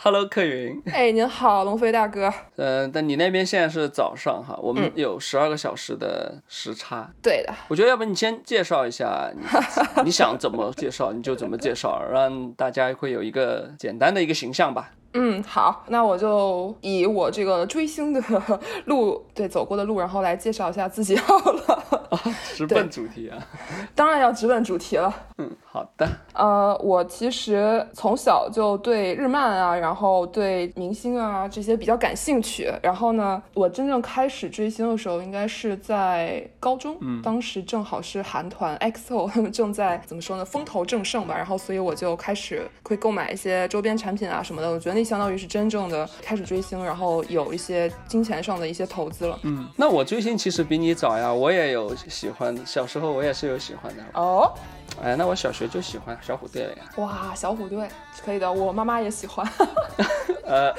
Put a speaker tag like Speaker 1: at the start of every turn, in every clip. Speaker 1: Hello，客云。
Speaker 2: 哎，您好，龙飞大哥。
Speaker 1: 嗯、呃，但你那边现在是早上哈，我们有十二个小时的时差。
Speaker 2: 对的，
Speaker 1: 我觉得要不你先介绍一下你，你想怎么介绍你就怎么介绍，让大家会有一个简单的一个形象吧。
Speaker 2: 嗯，好，那我就以我这个追星的路，对走过的路，然后来介绍一下自己好了。
Speaker 1: 啊，直奔主题啊！
Speaker 2: 当然要直奔主题了。
Speaker 1: 嗯，好的。
Speaker 2: 呃，我其实从小就对日漫啊，然后对明星啊这些比较感兴趣。然后呢，我真正开始追星的时候，应该是在高中，
Speaker 1: 嗯、
Speaker 2: 当时正好是韩团 EXO 他们正在怎么说呢，风头正盛吧。然后，所以我就开始会购买一些周边产品啊什么的。我觉得。相当于是真正的开始追星，然后有一些金钱上的一些投资了。
Speaker 1: 嗯，那我追星其实比你早呀，我也有喜欢，小时候我也是有喜欢的。
Speaker 2: 哦，
Speaker 1: 哎，那我小学就喜欢小虎队了呀。
Speaker 2: 哇，小虎队可以的，我妈妈也 喜欢。
Speaker 1: 呃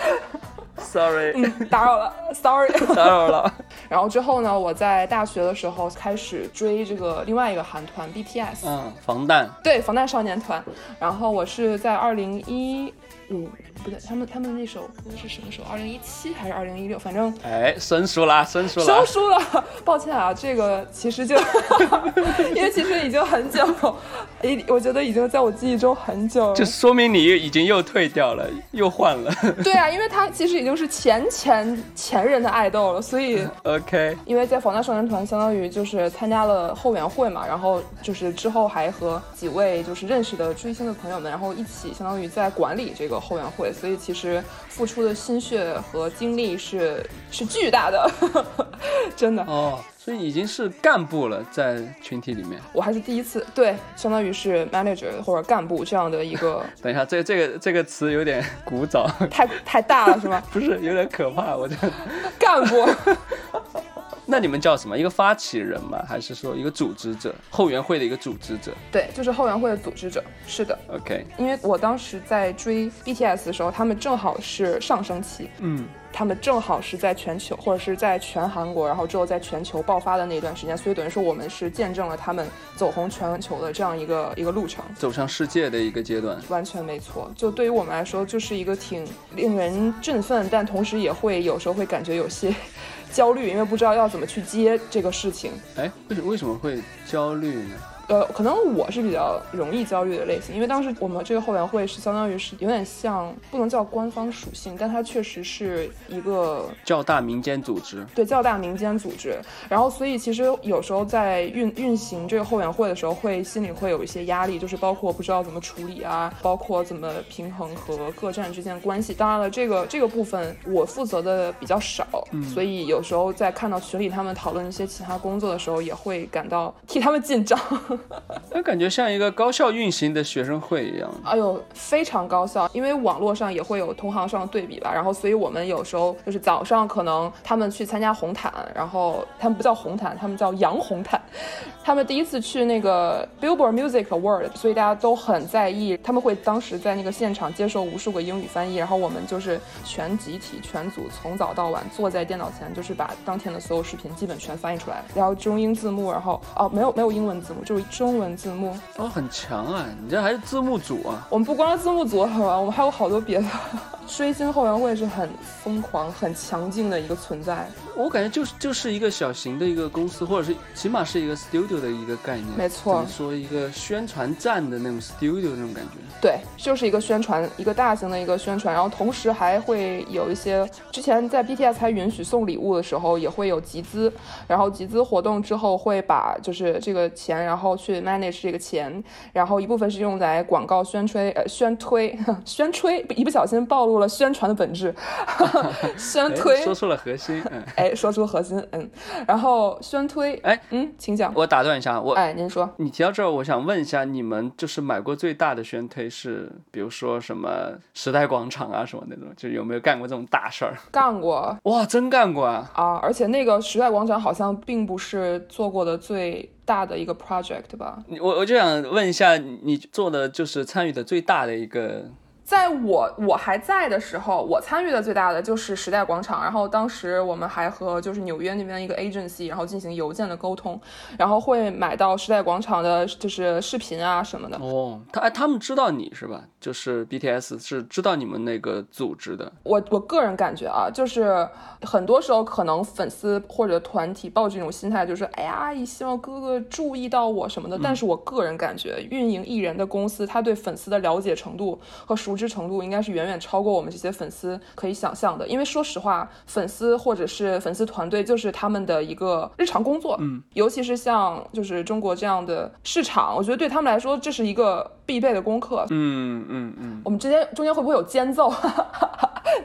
Speaker 1: ，sorry，
Speaker 2: 嗯，打扰了，sorry，
Speaker 1: 打扰了。
Speaker 2: 然后之后呢，我在大学的时候开始追这个另外一个韩团 BTS，
Speaker 1: 嗯，防弹，
Speaker 2: 对，防弹少年团。然后我是在二零一。嗯，不对，他们他们那首歌是什么时候？二零一七还是二零一六？反正
Speaker 1: 哎，生疏啦，生疏啦，
Speaker 2: 生疏了。抱歉啊，这个其实就 因为其实已经很久，已我觉得已经在我记忆中很久了。
Speaker 1: 就说明你已经又退掉了，又换了。
Speaker 2: 对啊，因为他其实已经是前前前任的爱豆了，所以
Speaker 1: OK。
Speaker 2: 因为在防弹少年团，相当于就是参加了后援会嘛，然后就是之后还和几位就是认识的追星的朋友们，然后一起相当于在管理这个。后援会，所以其实付出的心血和精力是是巨大的， 呵呵真的
Speaker 1: 哦。所以已经是干部了，在群体里面，
Speaker 2: 我还是第一次，对，相当于是 manager 或者干部这样的一个。
Speaker 1: 等一下，这个、这个这个词有点古早，
Speaker 2: 太太大了是吗？
Speaker 1: 不是，有点可怕，我这
Speaker 2: 干部。
Speaker 1: 那你们叫什么？一个发起人吗？还是说一个组织者？后援会的一个组织者？
Speaker 2: 对，就是后援会的组织者。是的。
Speaker 1: OK。
Speaker 2: 因为我当时在追 BTS 的时候，他们正好是上升期。
Speaker 1: 嗯。
Speaker 2: 他们正好是在全球，或者是在全韩国，然后之后在全球爆发的那一段时间，所以等于说我们是见证了他们走红全球的这样一个一个路程，
Speaker 1: 走向世界的一个阶段，
Speaker 2: 完全没错。就对于我们来说，就是一个挺令人振奋，但同时也会有时候会感觉有些焦虑，因为不知道要怎么去接这个事情。
Speaker 1: 哎，为什为什么会焦虑呢？
Speaker 2: 呃，可能我是比较容易焦虑的类型，因为当时我们这个后援会是相当于是有点像，不能叫官方属性，但它确实是一个
Speaker 1: 较大民间组织，
Speaker 2: 对较大民间组织。然后，所以其实有时候在运运行这个后援会的时候会，会心里会有一些压力，就是包括不知道怎么处理啊，包括怎么平衡和各站之间关系。当然了，这个这个部分我负责的比较少，
Speaker 1: 嗯、
Speaker 2: 所以有时候在看到群里他们讨论一些其他工作的时候，也会感到替他们紧张。
Speaker 1: 那哎感觉像一个高校运行的学生会一样。
Speaker 2: 哎呦，非常高效，因为网络上也会有同行上的对比吧。然后，所以我们有时候就是早上可能他们去参加红毯，然后他们不叫红毯，他们叫洋红毯。他们第一次去那个 Billboard Music Award，所以大家都很在意。他们会当时在那个现场接受无数个英语翻译，然后我们就是全集体、全组从早到晚坐在电脑前，就是把当天的所有视频基本全翻译出来，然后中英字幕，然后哦没有没有英文字幕，就是中文字幕。
Speaker 1: 哦，很强啊！你这还是字幕组啊？
Speaker 2: 我们不光是字幕组好吧，我们还有好多别的。 追星后援会是很疯狂、很强劲的一个存在。
Speaker 1: 我感觉就是就是一个小型的一个公司，或者是起码是一个 studio 的一个概念。
Speaker 2: 没错，
Speaker 1: 怎么说一个宣传站的那种 studio 那种感觉。
Speaker 2: 对，就是一个宣传，一个大型的一个宣传，然后同时还会有一些之前在 BTS 还允许送礼物的时候，也会有集资，然后集资活动之后会把就是这个钱，然后去 manage 这个钱，然后一部分是用来广告宣吹、呃宣推、 宣吹，一不小心暴露。了宣传的本质， 宣推
Speaker 1: 哎说出了核心， 嗯、
Speaker 2: 哎，说出核心，嗯，然后宣推，
Speaker 1: 哎，
Speaker 2: 嗯，请讲。
Speaker 1: 我打断一下，我
Speaker 2: 哎，您说，
Speaker 1: 你提到这儿，我想问一下，你们就是买过最大的宣推是，比如说什么时代广场啊什么那种，就有没有干过这种大事儿？
Speaker 2: 干过，
Speaker 1: 哇，真干过啊！
Speaker 2: 啊，而且那个时代广场好像并不是做过的最。大的一个 project 吧，
Speaker 1: 我我就想问一下，你做的就是参与的最大的一个。
Speaker 2: 在我我还在的时候，我参与的最大的就是时代广场，然后当时我们还和就是纽约那边一个 agency，然后进行邮件的沟通，然后会买到时代广场的就是视频啊什么的。
Speaker 1: 哦，他哎，他们知道你是吧？就是 BTS 是知道你们那个组织的。
Speaker 2: 我我个人感觉啊，就是很多时候可能粉丝或者团体抱着一种心态，就是哎呀，希望哥哥注意到我什么的。但是我个人感觉，运营艺人的公司，他对粉丝的了解程度和熟知程度，应该是远远超过我们这些粉丝可以想象的。因为说实话，粉丝或者是粉丝团队，就是他们的一个日常工作。
Speaker 1: 嗯，
Speaker 2: 尤其是像就是中国这样的市场，我觉得对他们来说，这是一个必备的功课。
Speaker 1: 嗯嗯嗯，
Speaker 2: 我们之间中间会不会有间奏？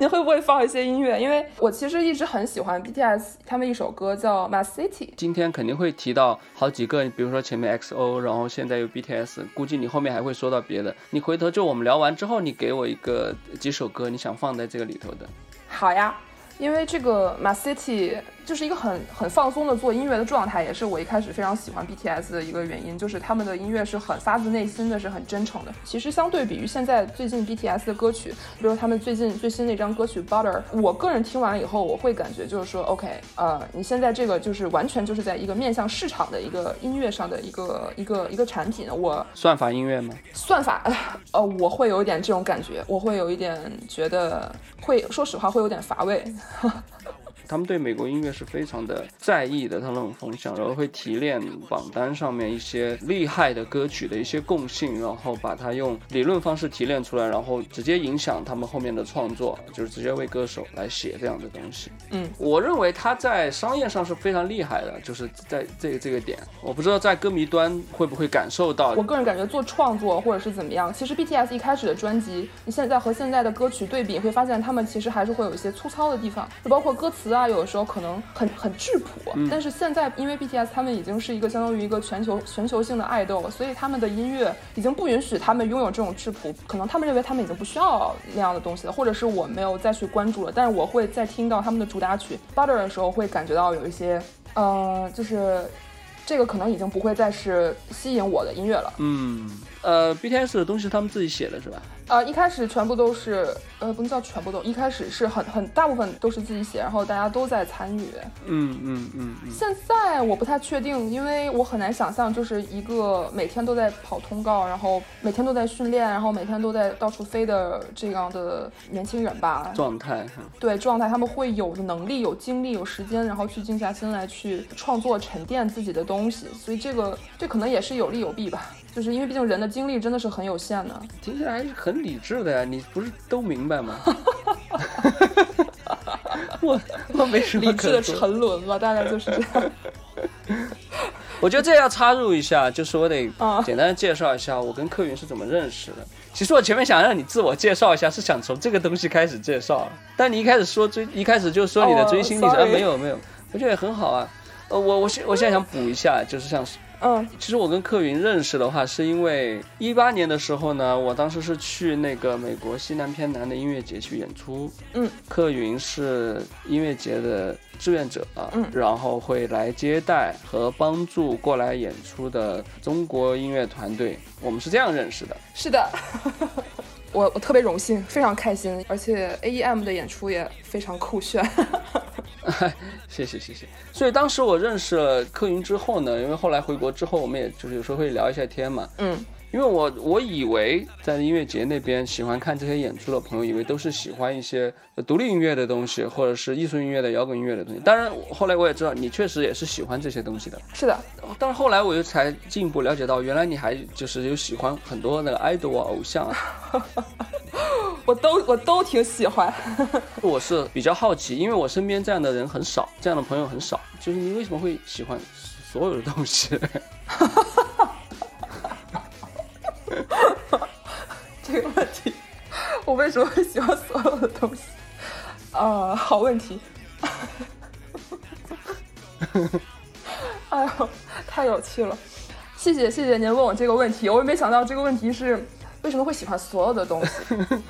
Speaker 2: 您会不会放一些音乐？因为我其实一直很喜欢 BTS 他们一首歌叫《My City》。
Speaker 1: 今天肯定会提到好几个，比如说前面 XO，然后现在有 BTS，估计你后面还会说到别的。你回头就我们聊完之后，你给我一个几首歌你想放在这个里头的。
Speaker 2: 好呀，因为这个《My City》就是一个很很放松的做音乐的状态，也是我一开始非常喜欢 BTS 的一个原因，就是他们的音乐是很发自内心的，是很真诚的。其实相对比于现在最近 BTS 的歌曲，比如他们最近最新那张歌曲《Butter》，我个人听完了以后，我会感觉就是说，OK，呃，你现在这个就是完全就是在一个面向市场的一个音乐上的一个一个一个产品，我
Speaker 1: 算法音乐吗？
Speaker 2: 算法， 呃，我会有一点这种感觉，我会有一点觉得会，说实话会有点乏味。
Speaker 1: 他们对美国音乐是非常的在意的，他那种风向，然后会提炼榜单上面一些厉害的歌曲的一些共性，然后把它用理论方式提炼出来，然后直接影响他们后面的创作，就是直接为歌手来写这样的东西。
Speaker 2: 嗯，
Speaker 1: 我认为他在商业上是非常厉害的，就是在这个这个点，我不知道在歌迷端会不会感受到
Speaker 2: 我。个人感觉做创作或者是怎么样，其实 BTS 一开始的专辑，你现在和现在的歌曲对比，你会发现他们其实还是会有一些粗糙的地方，就包括歌词啊，有的时候可能很很质朴。但是现在因为 BTS 他们已经是一个相当于一个全球全球性的爱豆了，所以他们的音乐已经不允许他们拥有这种质朴，可能他们认为他们已经不需要那样的东西了，或者是我没有再去关注了。但是我会在听到他们的主打曲《Butter》的时候，会感觉到有一些，呃，就是。这个可能已经不会再是吸引我的音乐了，
Speaker 1: 嗯，呃，BTS 的东西他们自己写的是吧？
Speaker 2: 啊，一开始全部都是，呃，不能叫全部都，一开始是很很大部分都是自己写，然后大家都在参与。
Speaker 1: 嗯嗯嗯嗯，
Speaker 2: 现在我不太确定，因为我很难想象，就是一个每天都在跑通告，然后每天都在训练，然后每天都在到处飞的这样的年轻人吧。
Speaker 1: 状态哈。
Speaker 2: 对状态，他们会有能力、有精力、有时间，然后去静下心来去创作、沉淀自己的东西。所以这个这可能也是有利有弊吧，就是因为毕竟人的精力真的是很有限 的。
Speaker 1: 听起来还是很理智的呀，你不是都明白吗？ 我我没什么
Speaker 2: 理
Speaker 1: 可
Speaker 2: 智的
Speaker 1: 说
Speaker 2: 沉沦吧，大概就是这 样。
Speaker 1: 我觉得这要插入一下，就是我得
Speaker 2: 啊
Speaker 1: 简单的介绍一下我跟客云是怎么认识的。其实我前面想让你自我介绍一下，是想从这个东西开始介绍，但你一开始说追，一开始就说你的
Speaker 2: 哦
Speaker 1: 追星历史，啊，
Speaker 2: sorry
Speaker 1: 没有没有，我觉得也很好啊。呃，我我现我现在想补一下，就是像
Speaker 2: 嗯
Speaker 1: 其实我跟客云认识的话，是因为一八年的时候呢，我当时是去那个美国西南偏南的音乐节去演出，
Speaker 2: 嗯，
Speaker 1: 客云是音乐节的志愿者，啊
Speaker 2: 嗯
Speaker 1: 然后会来接待和帮助过来演出的中国音乐团队，我们是这样认识的。
Speaker 2: 是的， 我我特别荣幸，非常开心，而且 AEM 的演出也非常酷炫。
Speaker 1: 谢谢谢谢。所以当时我认识了客云之后呢，因为后来回国之后，我们也就是有时候会聊一下天嘛，
Speaker 2: 嗯，
Speaker 1: 因为我我以为在音乐节那边喜欢看这些演出的朋友，以为都是喜欢一些独立音乐的东西，或者是艺术音乐的、摇滚音乐的东西。当然，后来我也知道你确实也是喜欢这些东西的。
Speaker 2: 是的，
Speaker 1: 但是后来我又才进一步了解到，原来你还就是有喜欢很多那个 idol 啊、偶像啊。
Speaker 2: 我都我都挺喜欢。
Speaker 1: 我是比较好奇，因为我身边这样的人很少，这样的朋友很少。就是你为什么会喜欢所有的东西？
Speaker 2: 这个问题，我为什么会喜欢所有的东西？啊，好问题。哎呦，太有趣了！谢谢谢谢您问我这个问题，我也没想到这个问题是为什么会喜欢所有的东西。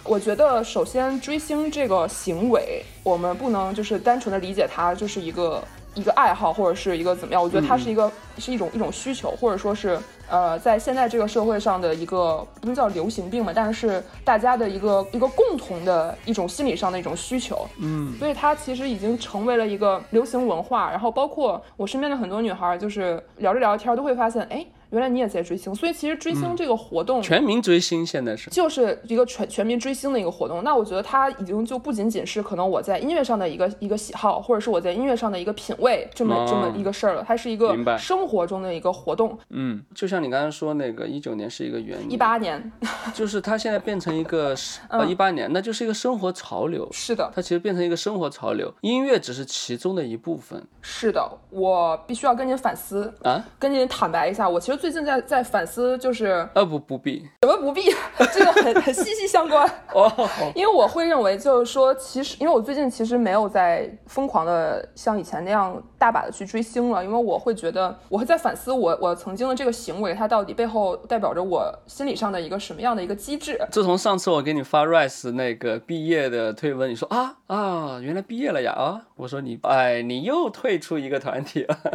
Speaker 2: 我觉得首先追星这个行为，我们不能就是单纯的理解它就是一个一个爱好或者是一个怎么样，我觉得它是一个、是一种一种需求，或者说是呃，在现在这个社会上的一个不能叫流行病吧，但是大家的一个一个共同的一种心理上的一种需求，
Speaker 1: 嗯
Speaker 2: 所以它其实已经成为了一个流行文化。然后包括我身边的很多女孩儿，就是聊着聊着天儿都会发现，哎，原来你也在追星。所以其实追星这个活动。
Speaker 1: 全民追星现在是，
Speaker 2: 就是一个全全民追星的一个活动，那我觉得它已经就不仅仅是可能我在音乐上的一个一个喜好，或者是我在音乐上的一个品味这么、
Speaker 1: 哦
Speaker 2: 这么一个事儿了，它是一
Speaker 1: 明白
Speaker 2: 个生活中的一个活动。
Speaker 1: 嗯，就像你刚才说那个一九年是一个元年，
Speaker 2: 一八年，
Speaker 1: 嗯
Speaker 2: 就是
Speaker 1: 它现在变成一个是呃一八年，那就是一个生活潮流，
Speaker 2: 是的，
Speaker 1: 它其实变成一个生活潮流，音乐只是其中的一部分
Speaker 2: 是的，我必须要跟您反思，
Speaker 1: 啊。
Speaker 2: 跟您坦白一下，我其实最近在在反思，就是
Speaker 1: 呃不不必
Speaker 2: 什么不必， 这个很很息息相关。
Speaker 1: 哦，
Speaker 2: 因为我会认为，就是说，其实因为我最近其实没有在疯狂的像以前那样大把的去追星了，因为我会觉得我会在反思我我曾经的这个行为，它到底背后代表着我心理上的一个什么样的一个机制。
Speaker 1: 自从上次我给你发 Rice 那个毕业的推文，你说啊啊，原来毕业了呀啊！我说你哎，你又退出一个团体了。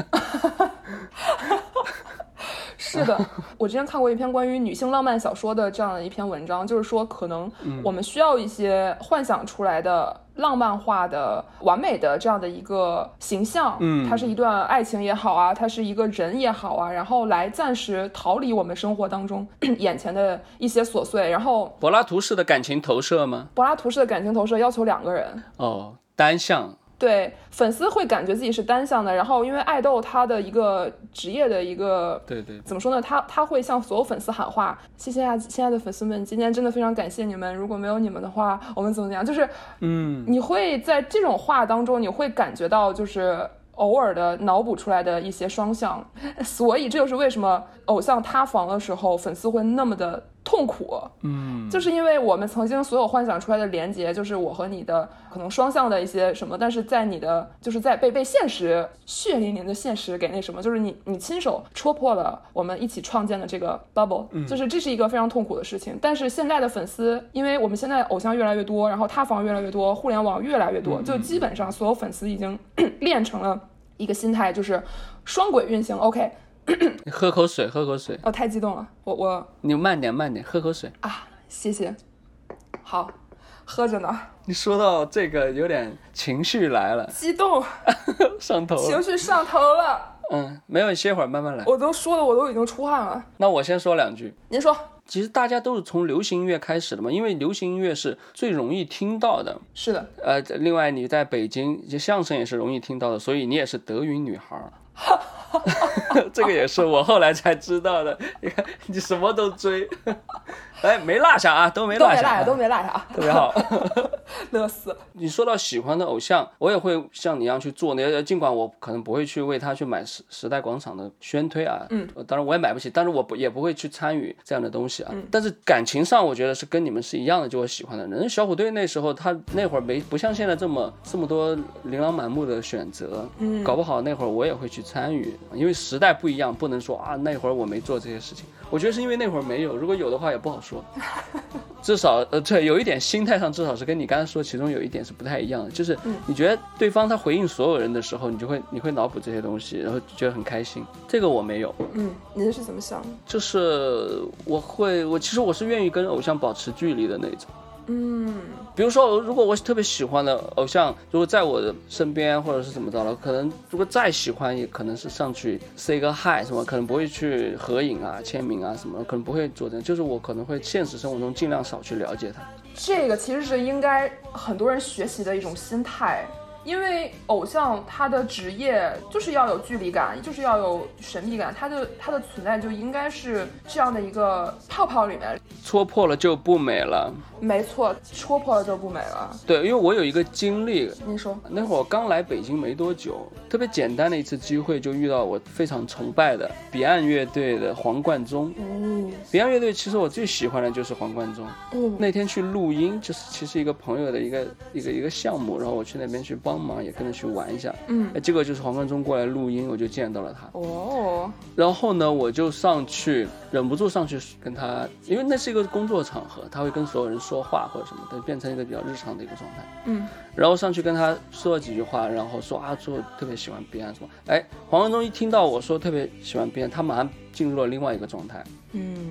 Speaker 2: 是的，我之前看过一篇关于女性浪漫小说的这样的一篇文章，就是说可能我们需要一些幻想出来的。浪漫化的、完美的这样的一个形象，
Speaker 1: 嗯
Speaker 2: 它是一段爱情也好啊，它是一个人也好啊，然后来暂时逃离我们生活当中 眼前的一些琐碎。然后
Speaker 1: 柏拉图式的感情投射吗？
Speaker 2: 柏拉图式的感情投射要求两个人，
Speaker 1: 哦，单向。
Speaker 2: 对粉丝会感觉自己是单向的。然后因为爱豆他的一个职业的一个
Speaker 1: 对对，
Speaker 2: 怎么说呢？他他会向所有粉丝喊话：“谢谢啊，亲爱的粉丝们，今天真的非常感谢你们。如果没有你们的话，我们怎么怎么样？”就是
Speaker 1: 嗯，
Speaker 2: 你会在这种话当中，你会感觉到就是偶尔的脑补出来的一些双向，所以这就是为什么偶像塌房的时候，粉丝会那么的痛苦。
Speaker 1: 嗯，
Speaker 2: 就是因为我们曾经所有幻想出来的连接，就是我和你的可能双向的一些什么，但是在你的就是在被被现实血淋淋的现实给那什么，就是你你亲手戳破了我们一起创建的这个 bubble，、就是这是一个非常痛苦的事情。但是现在的粉丝，因为我们现在偶像越来越多，然后塌房越来越多，互联网越来越多，就基本上所有粉丝已经 练成了一个心态，就是双轨运行。OK，
Speaker 1: 你喝口水，喝口水，
Speaker 2: 哦，太激动了，我我
Speaker 1: 你慢点慢点，喝口水。
Speaker 2: 啊，谢谢，好，喝着呢。
Speaker 1: 你说到这个有点情绪来了，
Speaker 2: 激动，
Speaker 1: 上头了。
Speaker 2: 情绪上头了，
Speaker 1: 嗯，没有，你歇会儿慢慢来。
Speaker 2: 我都说了，我都已经出汗了。
Speaker 1: 那我先说两句。
Speaker 2: 您说
Speaker 1: 其实大家都是从流行音乐开始的嘛，因为流行音乐是最容易听到的。
Speaker 2: 是的，
Speaker 1: 呃，另外你在北京相声也是容易听到的，所以你也是德云女孩儿。 这个也是我后来才知道的。你看，你什么都追， 哎，没落下啊，都没
Speaker 2: 都
Speaker 1: 落
Speaker 2: 没
Speaker 1: 下、
Speaker 2: 啊落
Speaker 1: 啊，
Speaker 2: 下，都没落下啊，
Speaker 1: 特别好。
Speaker 2: 乐死。
Speaker 1: 你说到喜欢的偶像，我也会像你一样去做那些，尽管我可能不会去为他去买时时代广场的宣推啊，嗯，当然我也买不起，但是我不也不会去参与这样的东西啊。但是感情上，我觉得是跟你们是一样的，就我喜欢的人。小虎队那时候他那会儿没不像现在这么这么多琳琅满目的选择，嗯，搞不好那会儿我也会去参与，因为时代不一样，不能说啊那会儿我没做这些事情。我觉得是因为那会儿没有，如果有的话也不好说。至少呃，对，有一点心态上至少是跟你刚才说其中有一点是不太一样的，就是你觉得对方他回应所有人的时候，你就会你会脑补这些东西，然后觉得很开心。这个我没有，
Speaker 2: 嗯，您是怎么想的？
Speaker 1: 就是我会我其实我是愿意跟偶像保持距离的那种。
Speaker 2: 嗯，
Speaker 1: 比如说，如果我特别喜欢的偶像，如果在我的身边或者是怎么着了，可能如果再喜欢，也可能是上去 say 个 hi 什么，可能不会去合影啊、签名啊什么，可能不会做这样。就是我可能会现实生活中尽量少去了解他。
Speaker 2: 这个其实是应该很多人学习的一种心态。因为偶像他的职业就是要有距离感，就是要有神秘感，他的他的存在就应该是这样的一个泡泡里面。
Speaker 1: 戳破了就不美了。
Speaker 2: 没错，戳破了就不美了。
Speaker 1: 对，因为我有一个经历，
Speaker 2: 您说，
Speaker 1: 那会儿我刚来北京没多久，特别简单的一次机会就遇到我非常崇拜的彼岸乐队的黄贯中。
Speaker 2: 嗯
Speaker 1: 彼岸乐队其实我最喜欢的就是黄贯中。
Speaker 2: 嗯
Speaker 1: 那天去录音，就是其实一个朋友的一个一个一个项目，然后我去那边去帮帮忙，也跟着去玩一下。
Speaker 2: 嗯
Speaker 1: 哎，，这个就是黄贯中过来录音，我就见到了他。
Speaker 2: 哦，
Speaker 1: 然后呢，我就上去，忍不住上去跟他，因为那是一个工作场合，他会跟所有人说话或者什么的，变成一个比较日常的一个状态。
Speaker 2: 嗯，
Speaker 1: 然后上去跟他说了几句话，然后说啊，说特别喜欢 B 案什么。哎，黄贯中一听到我说特别喜欢 B 案，他马上进入了另外一个状态，
Speaker 2: 嗯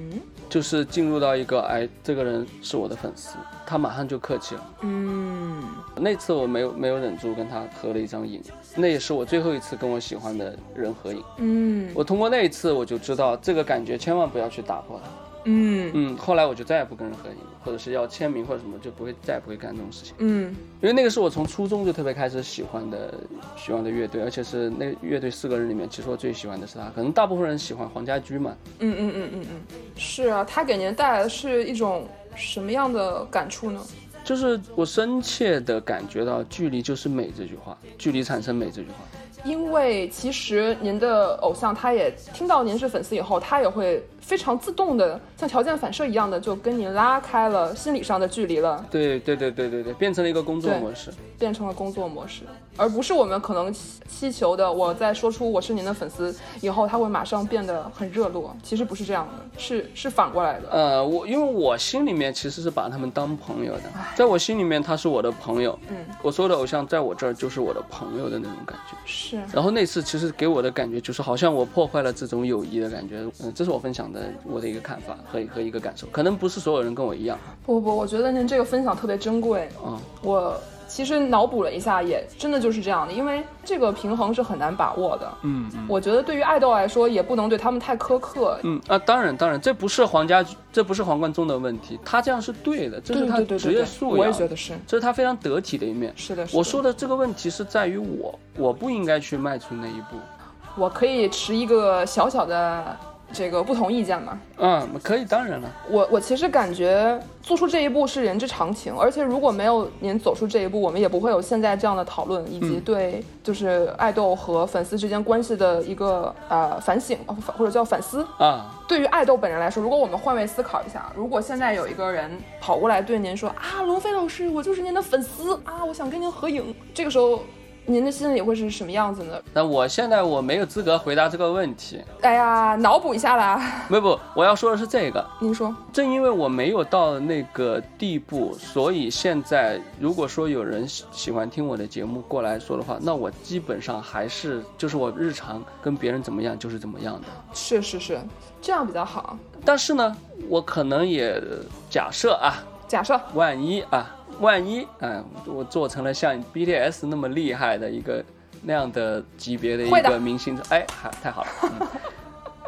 Speaker 1: 就是进入到一个哎，这个人是我的粉丝，他马上就客气了。
Speaker 2: 嗯，
Speaker 1: 那次我没有没有忍住跟他合了一张影，那也是我最后一次跟我喜欢的人合影。
Speaker 2: 嗯
Speaker 1: 我通过那一次我就知道这个感觉千万不要去打破它。
Speaker 2: 嗯
Speaker 1: 嗯，后来我就再也不跟人合影，或者是要签名或者什么，就不会再也不会干这种事情。
Speaker 2: 嗯
Speaker 1: 因为那个是我从初中就特别开始喜欢的喜欢的乐队，而且是那乐队四个人里面，其实我最喜欢的是他。可能大部分人喜欢黄家驹嘛，
Speaker 2: 嗯嗯嗯嗯嗯，是啊，它给您带来的是一种什么样的感触呢？
Speaker 1: 就是我深切的感觉到“距离就是美”这句话，距离产生美这句话。
Speaker 2: 因为其实您的偶像他也听到您是粉丝以后，他也会非常自动的像条件反射一样的就跟您拉开了心理上的距离了，
Speaker 1: 对对对对对对，变成了一个工作
Speaker 2: 对
Speaker 1: 模式。
Speaker 2: 变成了工作模式，而不是我们可能祈祈求的。我在说出我是您的粉丝以后，他会马上变得很热络，其实不是这样的，是是反过来的。
Speaker 1: 呃，我因为我心里面其实是把他们当朋友的，在我心里面他是我的朋友，
Speaker 2: 嗯，
Speaker 1: 我所有的偶像在我这儿就是我的朋友的那种感觉。
Speaker 2: 是，
Speaker 1: 然后那次其实给我的感觉就是，好像我破坏了这种友谊的感觉。嗯、这是我分享的我的一个看法和和一个感受，可能不是所有人跟我一样
Speaker 2: 不不不，我觉得您这个分享特别珍贵。
Speaker 1: 啊、
Speaker 2: 我其实脑补了一下，也真的就是这样的，因为这个平衡是很难把握的。
Speaker 1: 嗯嗯
Speaker 2: 我觉得对于爱豆来说，也不能对他们太苛刻。
Speaker 1: 嗯啊，当然当然，这不是黄家，这不是黄贯中的问题，他这样是对的，这
Speaker 2: 对
Speaker 1: 是
Speaker 2: 对
Speaker 1: 他
Speaker 2: 对对
Speaker 1: 职
Speaker 2: 对
Speaker 1: 业，素
Speaker 2: 我也
Speaker 1: 养，
Speaker 2: 觉得是，
Speaker 1: 这是他非常得体的一面。
Speaker 2: 是的，是的
Speaker 1: 我说的这个问题是在于我，我不应该去迈出那一步。
Speaker 2: 我可以持一个小小的这个不同意见嘛。
Speaker 1: 嗯，可以，当然了，
Speaker 2: 我我其实感觉做出这一步是人之常情，而且如果没有您走出这一步，我们也不会有现在这样的讨论，以及对就是爱豆和粉丝之间关系的一个呃反省，呃反或者叫反思。
Speaker 1: 啊，
Speaker 2: 对于爱豆本人来说，如果我们换位思考一下，如果现在有一个人跑过来对您说啊，龙飞老师，我就是您的粉丝啊，我想跟您合影，这个时候您的心里会是什么样子呢？
Speaker 1: 那我现在我没有资格回答这个问题。
Speaker 2: 哎呀，脑补一下啦。
Speaker 1: 不不，我要说的是这个，
Speaker 2: 您说，
Speaker 1: 正因为我没有到那个地步，所以现在如果说有人喜喜欢听我的节目过来说的话，那我基本上还是就是我日常跟别人怎么样就是怎么样的。
Speaker 2: 是是是，这样比较好。
Speaker 1: 但是呢，我可能也呃假设啊，
Speaker 2: 假设，
Speaker 1: 万一啊，万一哎，我做成了像 BTS 那么厉害的一个那样的级别的一
Speaker 2: 会的
Speaker 1: 个明星，哎，还太 好了。嗯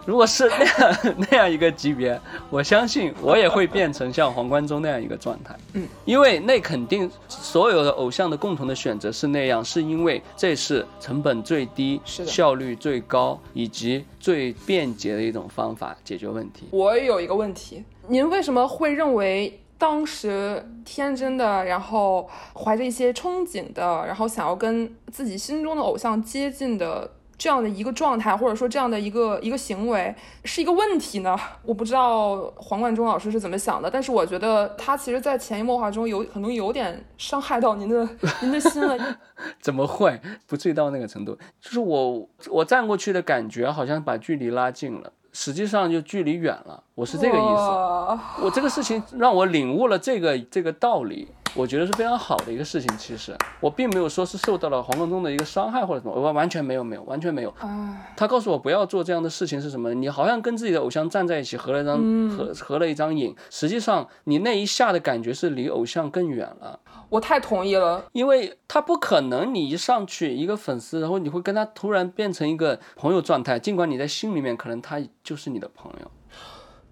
Speaker 1: 如果是那样那样一个级别，我相信我也会变成像黄贯中那样一个状态。
Speaker 2: 嗯，
Speaker 1: 因为那肯定所有的偶像的共同的选择是那样，是因为这是成本最低、
Speaker 2: 是的
Speaker 1: 效率最高以及最便捷的一种方法解决问题。
Speaker 2: 我有一个问题，您为什么会认为当时天真的，然后怀着一些憧憬的，然后想要跟自己心中的偶像接近的？这样的一个状态，或者说这样的一个一个行为，是一个问题呢？ 我不知道黄贯中老师是怎么想的，但是我觉得他其实，在潜移默化中有可能有点伤害到您的您的心了。
Speaker 1: 怎么会不至于到那个程度？就是我我站过去的感觉，好像把距离拉近了，实际上就距离远了。我 是这个意思。
Speaker 2: 思。
Speaker 1: 我这个事情让我领悟了这个这个道理，我觉得是非常好的一个事情。其实我并没有说是受到了黄贯中的一个伤害或者什么，我完全没有没有完全没有。
Speaker 2: 哎，
Speaker 1: 他告诉我不要做这样的事情是什么？你好像跟自己的偶像站在一起，合了一张、合合了一张影，实际上你那一下的感觉是离偶像更远了。
Speaker 2: 我太同意了。
Speaker 1: 因为他不可能你一上去一个粉丝，然后你会跟他突然变成一个朋友状态，尽管你在心里面可能他就是你的朋友。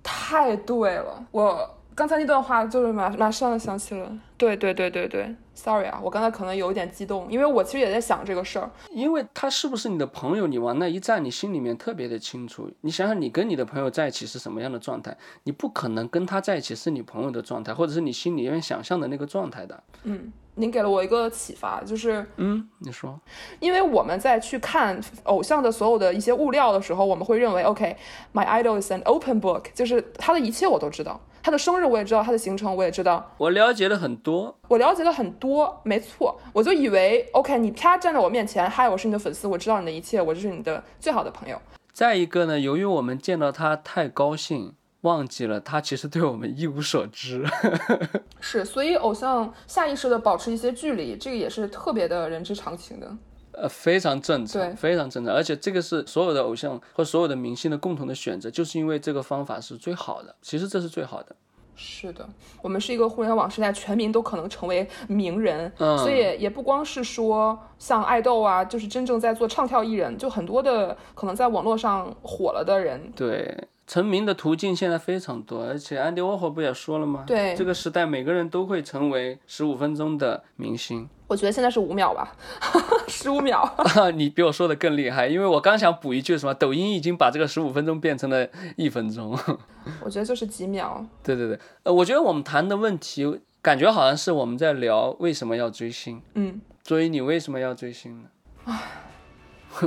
Speaker 2: 太对了，我刚才那段话就是马马上想起了，对对对对对，sorry 啊，我刚才可能有一点激动，因为我其实也在想这个事儿，
Speaker 1: 因为他是不是你的朋友，你往那一站，你心里面特别的清楚。你想想，你跟你的朋友在一起是什么样的状态？你不可能跟他在一起是你朋友的状态，或者是你心里面想象的那个状态的。
Speaker 2: 嗯。您给了我一个启发，就是
Speaker 1: 嗯，你说，
Speaker 2: 因为我们在去看偶像的所有的一些物料的时候，我们会认为，OK，my、idol is an open book，就是他的一切我都知道，他的生日我也知道，他的行程我也知道，
Speaker 1: 我了解了很多。
Speaker 2: 我了解的很多，没错，我就以为 OK，你啪站在我面前，嗨，我是你的粉丝，我知道你的一切，我就是你的最好的朋友。
Speaker 1: 再一个呢，由于我们见到他太高兴，忘记了他其实对我们一无所知。
Speaker 2: 是，所以偶像下意识的保持一些距离，这个也是特别的人之常情的。
Speaker 1: 呃，非常正常，
Speaker 2: 对
Speaker 1: 非常正常，而且这个是所有的偶像和所有的明星的共同的选择，就是因为这个方法是最好的，其实这是最好的。
Speaker 2: 是的，我们是一个互联网时代，全民都可能成为名人，
Speaker 1: 嗯
Speaker 2: 所以也不光是说像爱豆啊，就是真正在做唱跳艺人，就很多的可能在网络上火了的人，
Speaker 1: 对，成名的途径现在非常多，而且安迪沃霍不也说了吗？
Speaker 2: 对
Speaker 1: 这个时代每个人都会成为十五分钟的明星。
Speaker 2: 我觉得现在是五秒吧， 十五秒，
Speaker 1: 你比我说的更厉害，因为我刚想补一句什么，抖音已经把这个十五分钟变成了一分钟。
Speaker 2: 我觉得就是几秒，
Speaker 1: 对对对，呃，我觉得我们谈的问题，感觉好像是我们在聊为什么要追星。
Speaker 2: 嗯，
Speaker 1: 所以你为什么要追星呢？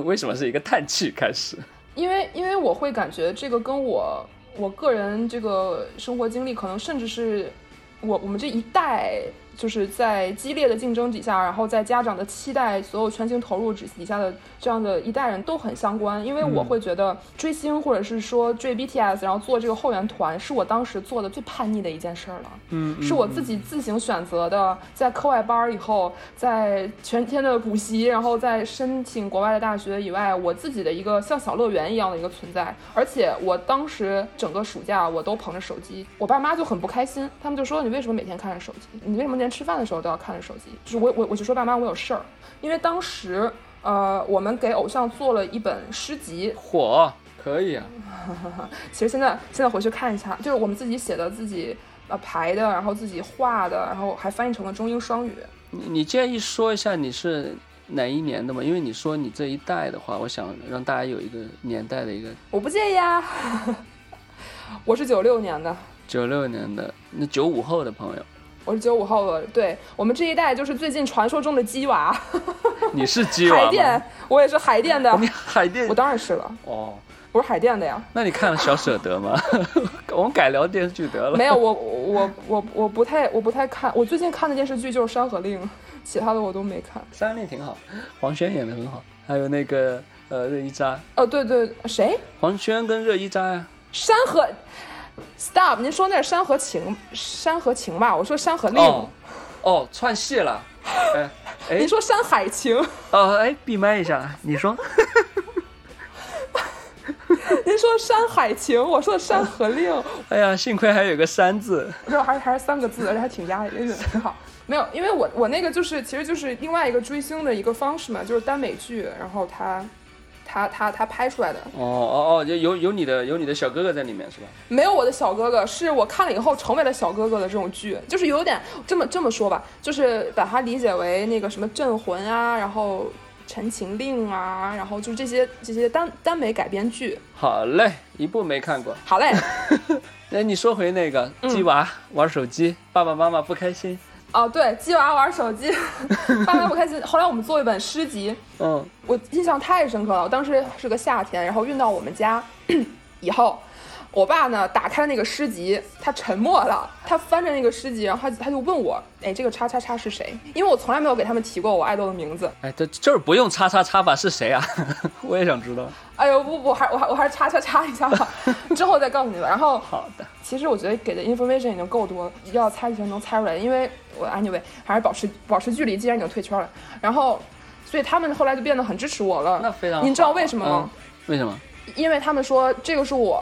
Speaker 1: 为什么是一个叹气开始？
Speaker 2: 因为因为我会感觉这个跟我我个人这个生活经历，可能甚至是我我们这一代就是在激烈的竞争底下，然后在家长的期待、所有全情投入底底下的这样的一代人都很相关。因为我会觉得追星或者是说追 BTS，然后做这个后援团，是我当时做的最叛逆的一件事儿了。
Speaker 1: 嗯
Speaker 2: 是我自己自行选择的，在课外班儿以后，在全天的补习，然后在申请国外的大学以外，我自己的一个像小乐园一样的一个存在。而且我当时整个暑假我都捧着手机，我爸妈就很不开心，他们就说你为什么每天看着手机？你为什么连吃饭的时候都要看着手机？就是我我我就说爸妈我有事儿，因为当时。呃，我们给偶像做了一本诗集，
Speaker 1: 嗯火可以啊，
Speaker 2: 其实现在现在回去看一下，就是我们自己写的，自己呃排的，然后自己画的，然后还翻译成了中英双语。
Speaker 1: 你你介意说一下你是哪一年的吗？因为你说你这一代的话，我想让大家有一个年代的一个
Speaker 2: 我不介意啊， 我是九六年的，
Speaker 1: 九六年的，那九五后的 朋友，
Speaker 2: 我是九五后的，对我们这一代就是最近传说中的鸡娃，
Speaker 1: 你是鸡
Speaker 2: 海
Speaker 1: 娃吗？
Speaker 2: 淀，我也是海淀的
Speaker 1: 你，海淀
Speaker 2: 我当然是了，
Speaker 1: 哦，
Speaker 2: 我是海淀的呀。
Speaker 1: 那你看了《小舍得》吗？ 我们改聊电视剧得了。
Speaker 2: 没有，我我我我不太我不太看，我最近看的电视剧就是《山河令》，其他的我都没看。
Speaker 1: 三立挺好，黄轩演的很好，还有那个呃热依扎，
Speaker 2: 哦，对对，谁？
Speaker 1: 黄轩跟热依扎呀、
Speaker 2: 山河？Stop！您说那是《山河情》《山河情》吧？我说《山河令》
Speaker 1: 哦，哦，串戏了。 哎，哎
Speaker 2: 您，说《山海情》，
Speaker 1: 哦，哎，闭麦一下，你说
Speaker 2: 您说《山海情》，我说《山河令》。
Speaker 1: 哎呀，幸亏还有个山字。
Speaker 2: 没有，还是还是三个字，而且还挺压抑，也挺好。没有，因为我我那个就是其实就是另外一个追星的一个方式嘛，就是耽美剧，然后他他他他拍出来的。
Speaker 1: 哦哦哦，有有有你的有你的小哥哥在里面是吧？
Speaker 2: 没有我的小哥哥，是我看了以后成为了小哥哥的这种剧，就是有点这么这么说吧，就是把它理解为那个什么镇魂啊，然后陈情令啊，然后就是这些这些耽耽美改编剧。
Speaker 1: 好嘞，一部没看过。
Speaker 2: 好嘞，
Speaker 1: 哎，你说回那个鸡娃、玩手机，爸爸妈妈不开心。
Speaker 2: 哦对，鸡娃玩手机，爸妈不开心。后来我们做一本诗集，
Speaker 1: 嗯，
Speaker 2: 我印象太深刻了，我当时是个夏天，然后运到我们家 以后，我爸呢打开那个诗集，他沉默了，他翻着那个诗集，然后他他就问我，哎，这个叉叉叉是谁？因为我从来没有给他们提过我爱豆的名字。
Speaker 1: 哎，这就是不用叉叉叉吧？是谁啊？ 我也想知道。
Speaker 2: 哎呦，不不，我还我还我还是叉叉叉一下吧，之后再告诉你吧。然后
Speaker 1: 好的，
Speaker 2: 其实我觉得给的 information 已经够多了，要猜就能猜出来。因为我 anyway 还是保持保持距离，既然已经退圈了，然后所以他们后来就变得很支持我了。
Speaker 1: 那非常好。
Speaker 2: 您知道为什么吗？
Speaker 1: 嗯？为什么？
Speaker 2: 因为他们说这个是我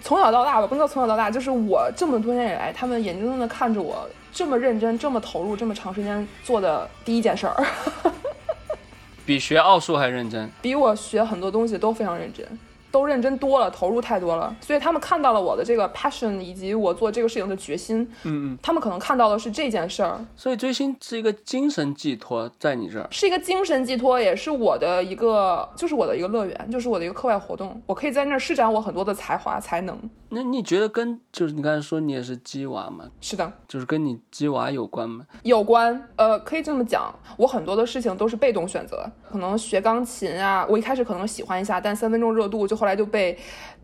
Speaker 2: 从小到大吧，不能叫从小到大，就是我这么多年以来，他们眼睁睁的看着我这么认真、这么投入、这么长时间做的第一件事儿，
Speaker 1: 比学奥数还认真。
Speaker 2: 比我学很多东西都非常认真。都认真多了，投入太多了，所以他们看到了我的这个 passion 以及我做这个事情的决心。
Speaker 1: 嗯嗯。
Speaker 2: 他们可能看到的是这件事儿，
Speaker 1: 所以追星是一个精神寄托，在你这儿。
Speaker 2: 是一个精神寄托，也是我的一个，就是我的一个乐园，就是我的一个课外活动。我可以在那儿施展我很多的才华才能。
Speaker 1: 那你觉得跟就是你刚才说你也是鸡娃嘛，
Speaker 2: 是的，
Speaker 1: 就是跟你鸡娃有关吗？
Speaker 2: 有关，呃，可以这么讲，我很多的事情都是被动选择，可能学钢琴啊，我一开始可能喜欢一下，但三分钟热度就后来就被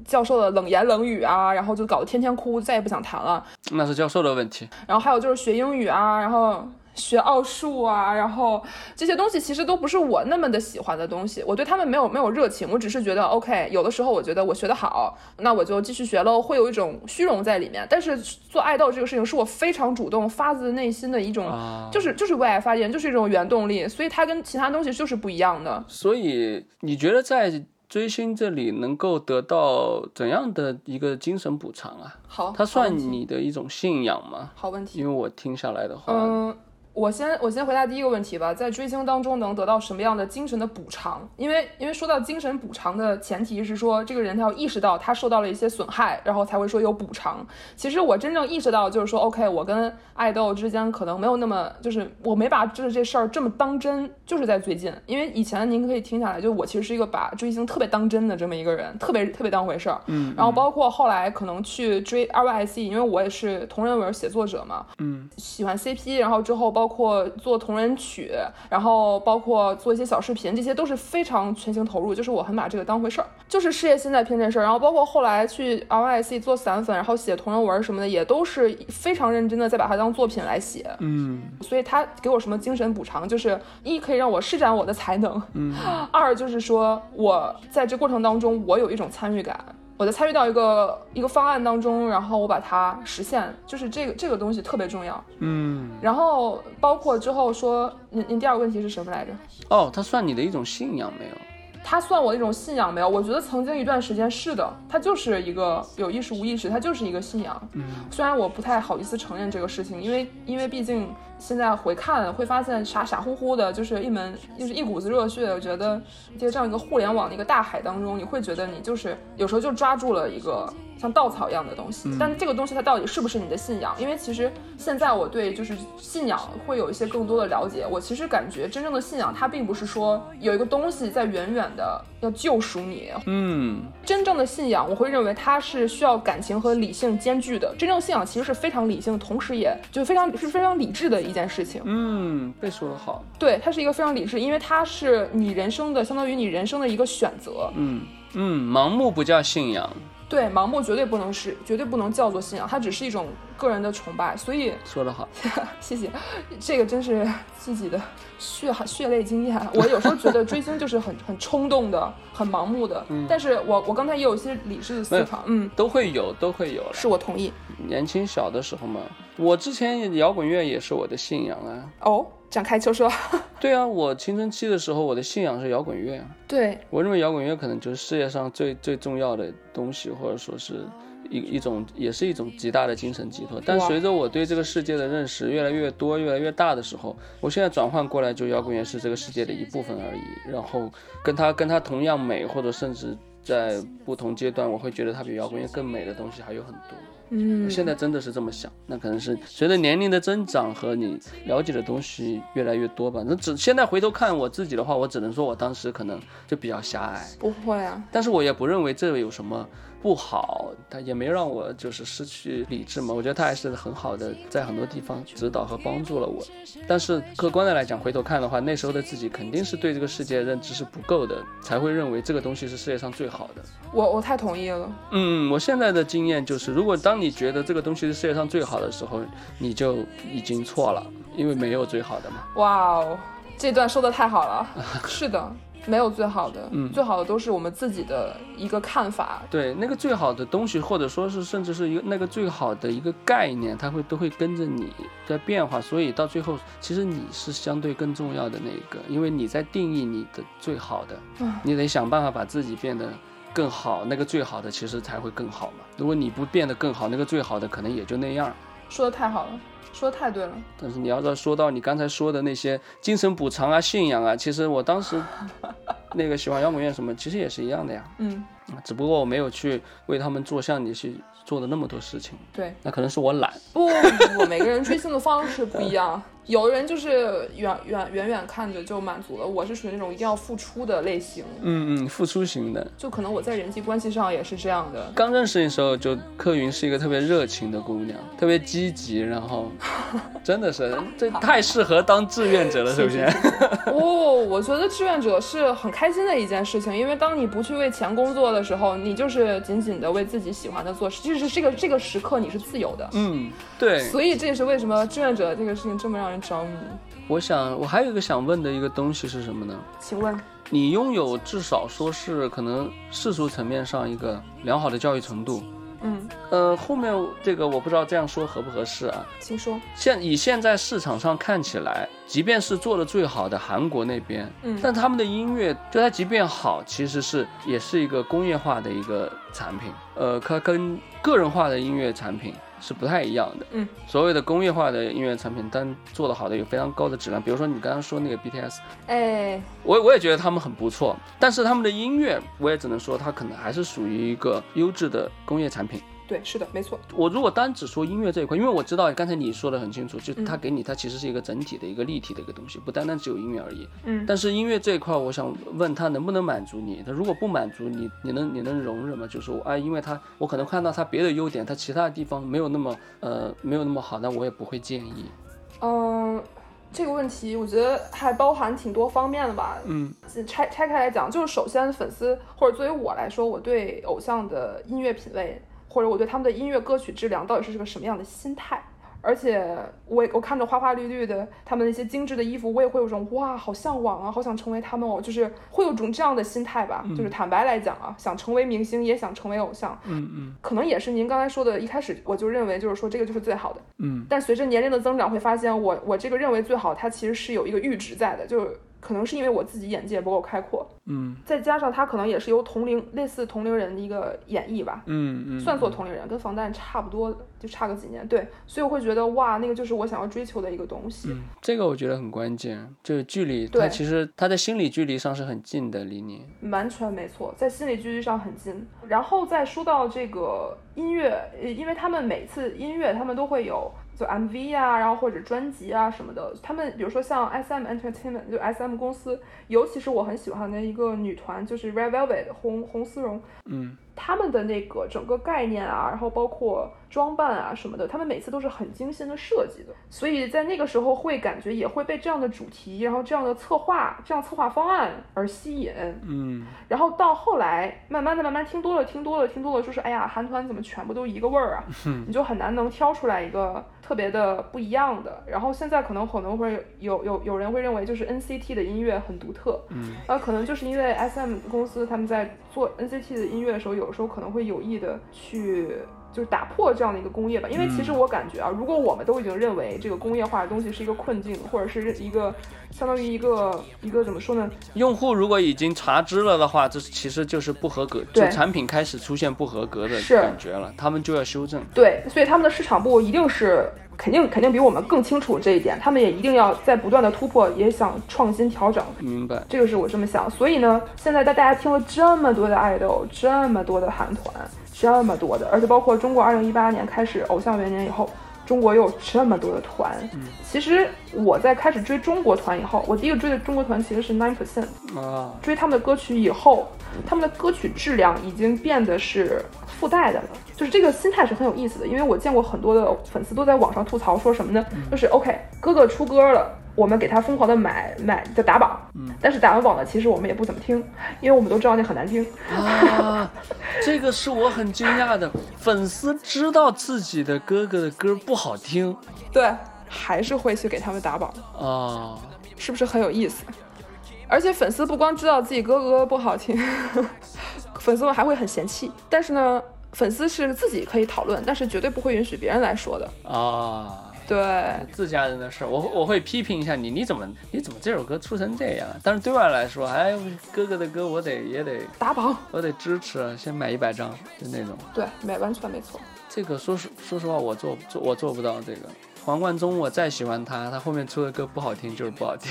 Speaker 2: 教授的冷言冷语啊，然后就搞得天天哭，再也不想弹了。
Speaker 1: 那是教授的问题。
Speaker 2: 然后还有就是学英语啊，然后学奥数啊，然后这些东西其实都不是我那么的喜欢的东西，我对他们没有没有热情，我只是觉得 OK，有的时候我觉得我学得好，那我就继续学喽，会有一种虚荣在里面。但是做爱豆这个事情是我非常主动、发自内心的一种，
Speaker 1: 啊
Speaker 2: 就是就是为爱发电，就是一种原动力，所以它跟其他东西就是不一样的。
Speaker 1: 所以你觉得在追星这里能够得到怎样的一个精神补偿啊？
Speaker 2: 好，
Speaker 1: 它
Speaker 2: 哦好
Speaker 1: 算
Speaker 2: 问题
Speaker 1: 你的一种信仰吗？
Speaker 2: 好问题。
Speaker 1: 因为我听下来的话，
Speaker 2: 嗯，我先我先回答第一个问题吧，在追星当中能得到什么样的精神的补偿？因为因为说到精神补偿的前提是说，这个人他要意识到他受到了一些损害，然后才会说有补偿。其实我真正意识到就是说，OK，我跟爱豆之间可能没有那么，就是我没把就是这事儿这么当真，就是在最近，因为以前您可以听下来，就我其实是一个把追星特别当真的这么一个人，特别特别当回事儿。嗯，然后包括后来可能去追 RYSE，因为我也是同人文写作者嘛，
Speaker 1: 嗯
Speaker 2: 喜欢 CP，然后之后包括做同人曲，然后包括做一些小视频，这些都是非常全情投入，就是我很把这个当回事儿，就是事业心在拼这事儿。然后包括后来去 RYC 做散粉，然后写同人文什么的，也都是非常认真的在把它当作品来写。
Speaker 1: 嗯，
Speaker 2: 所以他给我什么精神补偿，就是一可以让我施展我的才能，嗯， 二就是说我在这过程当中我有一种参与感。我在参与到一个一个方案当中，然后我把它实现，就是这个这个东西特别重要。
Speaker 1: 嗯，
Speaker 2: 然后包括之后说，您您第二个问题是什么来着？
Speaker 1: 哦，它算你的一种信仰没有？
Speaker 2: 它算我一种信仰没有？我觉得曾经一段时间是的，它就是一个有意识无意识，它就是一个信仰。嗯，虽然我不太好意思承认这个事情，因为因为毕竟现在回看会发现傻傻乎乎的，就是一门就是一股子热血。我觉得在这样一个互联网的一个大海当中，你会觉得你就是有时候就抓住了一个像稻草一样的东西，但这个东西它到底是不是你的信仰？因为其实现在我对就是信仰会有一些更多的了解。我其实感觉真正的信仰，它并不是说有一个东西在远远的要救赎你。
Speaker 1: 嗯，
Speaker 2: 真正的信仰，我会认为它是需要感情和理性兼具的。真正信仰其实是非常理性，同时也就非常是非常理智的一件事情。
Speaker 1: 嗯，被说的好，
Speaker 2: 对，它是一个非常理智，因为它是你人生的，相当于你人生的一个选择。
Speaker 1: 嗯嗯，盲目不叫信仰，
Speaker 2: 对，盲目绝对不能是，绝对不能叫做信仰，它只是一种个人的崇拜。所以，
Speaker 1: 说的好，
Speaker 2: 谢谢，这个真是自己的血汗血泪经验。啊我有时候觉得追星就是很很冲动的，很盲目的。
Speaker 1: 嗯
Speaker 2: 但是我我刚才也有一些理智的思考，嗯，
Speaker 1: 都会有，都会有了。
Speaker 2: 是我同意。
Speaker 1: 年轻小的时候嘛，我之前摇滚乐也是我的信仰啊。
Speaker 2: 哦，展开就说，
Speaker 1: 对啊，我青春期的时候，我的信仰是摇滚乐啊。
Speaker 2: 对，
Speaker 1: 我认为摇滚乐可能就是世界上最最重要的东西，或者说是一一种，也是一种极大的精神寄托。但
Speaker 2: 哇
Speaker 1: 随着我对这个世界的认识越来越多、越来越大的时候，我现在转换过来，就摇滚乐是这个世界的一部分而已。然后跟它跟它同样美，或者甚至在不同阶段，我会觉得它比摇滚乐更美的东西还有很多。
Speaker 2: 嗯，
Speaker 1: 现在真的是这么想，那可能是随着年龄的增长和你了解的东西越来越多吧。那只现在回头看我自己的话，我只能说我当时可能就比较狭隘，
Speaker 2: 不会啊，
Speaker 1: 但是我也不认为这有什么不好，它也没让我就是失去理智嘛。我觉得它还是很好的，在很多地方指导和帮助了我。但是客观的来讲，回头看的话，那时候的自己肯定是对这个世界认知是不够的，才会认为这个东西是世界上最好的。
Speaker 2: 我我太同意了。
Speaker 1: 嗯，我现在的经验就是，如果当你觉得这个东西是世界上最好的时候，你就已经错了，因为没有最好的嘛。
Speaker 2: 哇哦，这段说的太 好了。是的，没有最好的，
Speaker 1: 嗯
Speaker 2: 最好的都是我们自己的一个看法。
Speaker 1: 对，那个最好的东西，或者说是甚至是一个那个最好的一个概念，它会都会跟着你在变化，所以到最后，其实你是相对更重要的那一个，因为你在定义你的最好的，你得想办法把自己变得。更好，那个最好的其实才会更好嘛。如果你不变得更好，那个最好的可能也就那样。
Speaker 2: 说的太好了，说的太对了。
Speaker 1: 但是你要再说到你刚才说的那些精神补偿啊、信仰啊，其实我当时那个喜欢摇滚乐什么，其实也是一样的呀，
Speaker 2: 嗯，
Speaker 1: 只不过我没有去为他们做像你去做的那么多事情，
Speaker 2: 对。
Speaker 1: 那可能是我懒。
Speaker 2: 不不不，每个人追星的方式不一样。有的人就是远远远远看着就满足了，我是属于那种一定要付出的类型，
Speaker 1: 嗯嗯，付出型的。
Speaker 2: 就可能我在人际关系上也是这样 的。
Speaker 1: 刚认识你的时候，就克云是一个特别热情的姑娘，特别积极，然 后真的是这太适合当志愿者了，首先。
Speaker 2: 哦，我觉得志愿者是很开心的一件事情，因为当你不去为钱工作的时候，你就是紧紧的为自己喜欢的做事，就是这个这个时刻你是自由的。
Speaker 1: 嗯， 对。
Speaker 2: 所以这也是为什么志愿者这个事情这么让人着迷。
Speaker 1: 我想，我还有一个想问的一个东西是什么呢？
Speaker 2: 请问，
Speaker 1: 你拥有至少说是可能世俗层面上一个良好的教育程度。
Speaker 2: 嗯，
Speaker 1: 呃，后面这个我不知道这样说合不合适啊。
Speaker 2: 请说。
Speaker 1: 现以现在市场上看起来，即便是做的最好的韩国那边，
Speaker 2: 嗯
Speaker 1: 但他们的音乐就它即便好，其实是也是一个工业化的一个产品，呃，它跟个人化的音乐产品是不太一样的。
Speaker 2: 嗯，
Speaker 1: 所谓的工业化的音乐产品，但做的好的有非常高的质量，比如说你刚刚说那个 BTS，
Speaker 2: 哎，
Speaker 1: 我我也觉得他们很不错，但是他们的音乐，我也只能说它可能还是属于一个优质的工业产品。
Speaker 2: 对，是的，没错。
Speaker 1: 我如果单只说音乐这一块，因为我知道刚才你说的很清楚，就
Speaker 2: 嗯
Speaker 1: 它给你它其实是一个整体的一个立体的一个东西，不单单只有音乐而已。
Speaker 2: 嗯，
Speaker 1: 但是音乐这一块，我想问他能不能满足你？他如果不满足你，你能你能容忍吗？就是我哎，因为他我可能看到他别的优点，他其他的地方没有那么呃没有那么好，那我也不会建议。
Speaker 2: 嗯、这个问题我觉得还包含挺多方面的吧。
Speaker 1: 嗯
Speaker 2: 拆拆开来讲，就是首先粉丝或者作为我来说，我对偶像的音乐品味，或者我对他们的音乐歌曲质量到底是个什么样的心态。而且我也我看着花花绿绿的他们那些精致的衣服，我也会有种哇，好向往啊，好想成为他们哦，就是会有种这样的心态吧。就是坦白来讲啊，想成为明星，也想成为偶像，
Speaker 1: 嗯嗯
Speaker 2: 可能也是您刚才说的，一开始我就认为就是说这个就是最好的。
Speaker 1: 嗯
Speaker 2: 但随着年龄的增长，会发现我我这个认为最好，它其实是有一个阈值在的，就是可能是因为我自己眼界不够开阔，
Speaker 1: 嗯
Speaker 2: 再加上它可能也是由同龄类似同龄人的一个演绎吧，
Speaker 1: 嗯嗯
Speaker 2: 算作同龄人，跟防弹差不多，就差个几年。对，所以我会觉得哇，那个就是我想要追求的一个东西。
Speaker 1: 这个我觉得很关键，就是距离，
Speaker 2: 对
Speaker 1: 它其实它的心理距离上是很近的，离你。
Speaker 2: 完全没错，在心理距离上很近。然后再说到这个音乐，呃因为他们每次音乐他们都会有就 MV 啊，然后或者专辑啊什么的。他们比如说像 SM Entertainment，就 SM 公司，尤其是我很喜欢的一个女团，就是 Red Velvet 红红丝绒，
Speaker 1: 嗯
Speaker 2: 他们的那个整个概念啊，然后包括装扮啊什么的，他们每次都是很精心的设计的，所以在那个时候会感觉也会被这样的主题，然后这样的策划、这样策划方案而吸引。
Speaker 1: 嗯
Speaker 2: 然后到后来，慢慢的、慢慢听多了、听多了、听多了，就是哎呀，韩团怎么全部都一个味儿啊？你就很难能挑出来一个特别的不一样的。然后现在可能可能会有有有人会认为就是 NCT 的音乐很独特，
Speaker 1: 嗯
Speaker 2: 呃，可能就是因为 SM 公司他们在做 NCT 的音乐的时候，有时候可能会有意的去。就是打破这样的一个工业吧，因为其实我感觉啊，如果我们都已经认为这个工业化的东西是一个困境，或者是一个相当于一个一个怎么说呢，
Speaker 1: 用户如果已经查知了的话，这其实就是不合格，
Speaker 2: 对
Speaker 1: 就产品开始出现不合格的
Speaker 2: 是
Speaker 1: 感觉了，他们就要修正。
Speaker 2: 对，所以他们的市场部一定是肯定肯定比我们更清楚这一点，他们也一定要在不断的突破，也想创新调整。
Speaker 1: 明白？
Speaker 2: 这个是我这么想，所以呢，现在大大家听了这么多的爱豆，这么多的韩团，这么多的，而且包括中国二零一八年开始偶像元年以后，中国又有这么多的团。其实我在开始追中国团以后，我第一个追的中国团其实是 Nine Percent，
Speaker 1: 啊，
Speaker 2: 追他们的歌曲以后，他们的歌曲质量已经变得是附带的了。就是这个心态是很有意思的，因为我见过很多的粉丝都在网上吐槽说什么呢？就是 OK，哥哥出歌了，我们给他疯狂的买买的打榜，但是打完榜呢，其实我们也不怎么听，因为我们都知道那很难听。
Speaker 1: 啊，这个是我很惊讶的，粉丝知道自己的哥哥的歌不好听
Speaker 2: 对，还是会去给他们打榜，
Speaker 1: 啊，
Speaker 2: 是不是很有意思？而且粉丝不光知道自己哥哥不好听， 粉丝们还会很嫌弃。但是呢，粉丝是自己可以讨论，但是绝对不会允许别人来说的。
Speaker 1: 啊。
Speaker 2: 对，
Speaker 1: 自家人的事儿，我我会批评一下你，你怎么你怎么这首歌出成这样？啊但是对外来说，哎，哥哥的歌我得也得
Speaker 2: 打榜，
Speaker 1: 我得支持，啊先买一百张，就那种。
Speaker 2: 对，没完全没错。
Speaker 1: 这个说实说实话，我做做我做不到这个。黄贯中，我再喜欢他，他后面出的歌不好听就是不好听。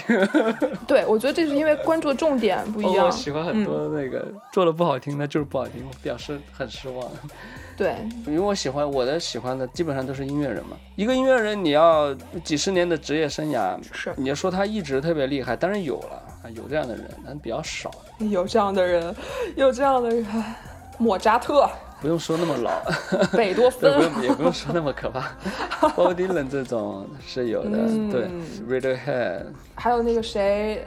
Speaker 2: 对，我觉得这是因为关注重点不一样。
Speaker 1: 我喜欢很多那个、做的不好听，那就是不好听，我表示很失望。
Speaker 2: 对，
Speaker 1: 因为我喜欢我的喜欢的基本上都是音乐人嘛。一个音乐人，你要几十年的职业生涯，
Speaker 2: 是
Speaker 1: 你要说他一直特别厉害，当然有了啊，有这样的人，但比较少。
Speaker 2: 有这样的人，有这样的人， 莫扎特、
Speaker 1: 不用说那么老，
Speaker 2: 贝多
Speaker 1: 对，不
Speaker 2: 芬，
Speaker 1: 用也不用说那么可怕。鲍迪伦这种是有的，
Speaker 2: 嗯
Speaker 1: 对，Radiohead，
Speaker 2: 还有那个谁，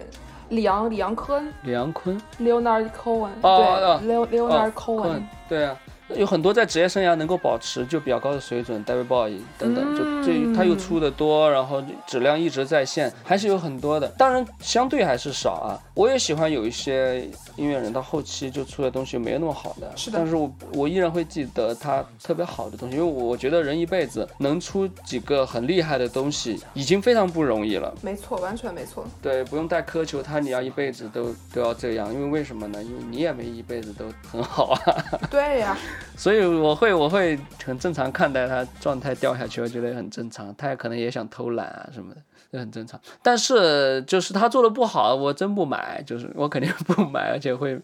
Speaker 2: 里昂里昂科恩
Speaker 1: 里昂昆，
Speaker 2: Leonard Cohen，、
Speaker 1: 哦
Speaker 2: 对、l e o n a r d
Speaker 1: 昆
Speaker 2: Cohen，、，
Speaker 1: 对啊。有很多在职业生涯能够保持就比较高的水准，David Bowie 等等，就
Speaker 2: 嗯
Speaker 1: 这他又出的多，然后质量一直在线，还是有很多的。当然相对还是少啊。我也喜欢有一些音乐人到后期就出的东西没有那么好的，
Speaker 2: 是的
Speaker 1: 但是我我依然会记得他特别好的东西，因为我觉得人一辈子能出几个很厉害的东西已经非常不容易了。
Speaker 2: 没错，完全没错。
Speaker 1: 对，不用太苛求他，你要一辈子都都要这样，因为为什么呢？因为你也没一辈子都很好啊。
Speaker 2: 对呀、
Speaker 1: 所以我会我会很正常看待他状态掉下去，我觉得也很正常。他也可能也想偷懒啊什么的，这很正常。但是就是他做的不好，我真不买，就是我肯定不买，而且会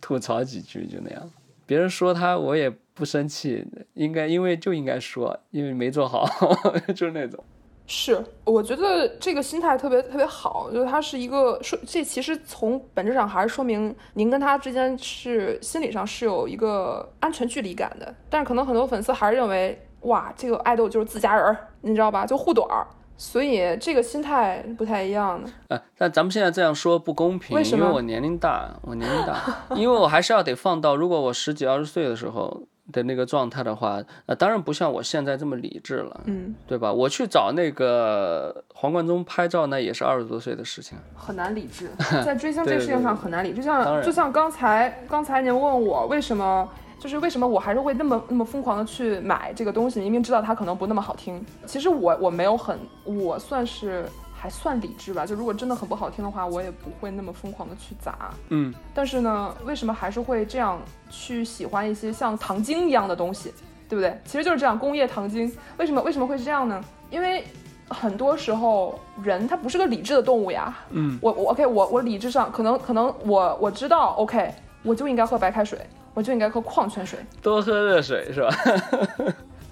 Speaker 1: 吐槽几句，就那样。别人说他我也不生气，应该因为就应该说，因为没做好， 就是那种。
Speaker 2: 是，我觉得这个心态特别特别好，就是它是一个说，这其实从本质上还是说明您跟他之间是心理上是有一个安全距离感的，但是可能很多粉丝还是认为，哇，这个爱豆就是自家人儿，你知道吧，就护短儿，所以这个心态不太一样的。
Speaker 1: 呃，但咱们现在这样说不公平，
Speaker 2: 为什么
Speaker 1: 因为我年龄大，我年龄大，因为我还是要得放到，如果我十几二十岁的时候的那个状态的话，呃，当然不像我现在这么理智了，
Speaker 2: 嗯，
Speaker 1: 对吧？我去找那个黄贯中拍照，那也是二十多岁的事情。啊
Speaker 2: 很难 理智，在追星这
Speaker 1: 对对
Speaker 2: 个事情上
Speaker 1: 对
Speaker 2: 很难理智。就
Speaker 1: 当
Speaker 2: 像
Speaker 1: 然
Speaker 2: 就像刚才刚才您问我为什么。就是为什么我还是会那么那么疯狂的去买这个东西，明明知道它可能不那么好听。其实我我没有很，我算是还算理智吧。就如果真的很不好听的话，我也不会那么疯狂的去砸。
Speaker 1: 嗯，
Speaker 2: 但是呢，为什么还是会这样去喜欢一些像糖精一样的东西，对不对？其实就是这样，工业糖精。为什么为什么会是这样呢？因为很多时候人他不是个理智的动物呀。
Speaker 1: 嗯，
Speaker 2: 我我 OK，我我理智上可能可能我我知道 OK，我就应该喝白开水，我就应该喝矿泉水。
Speaker 1: 多喝热水是吧？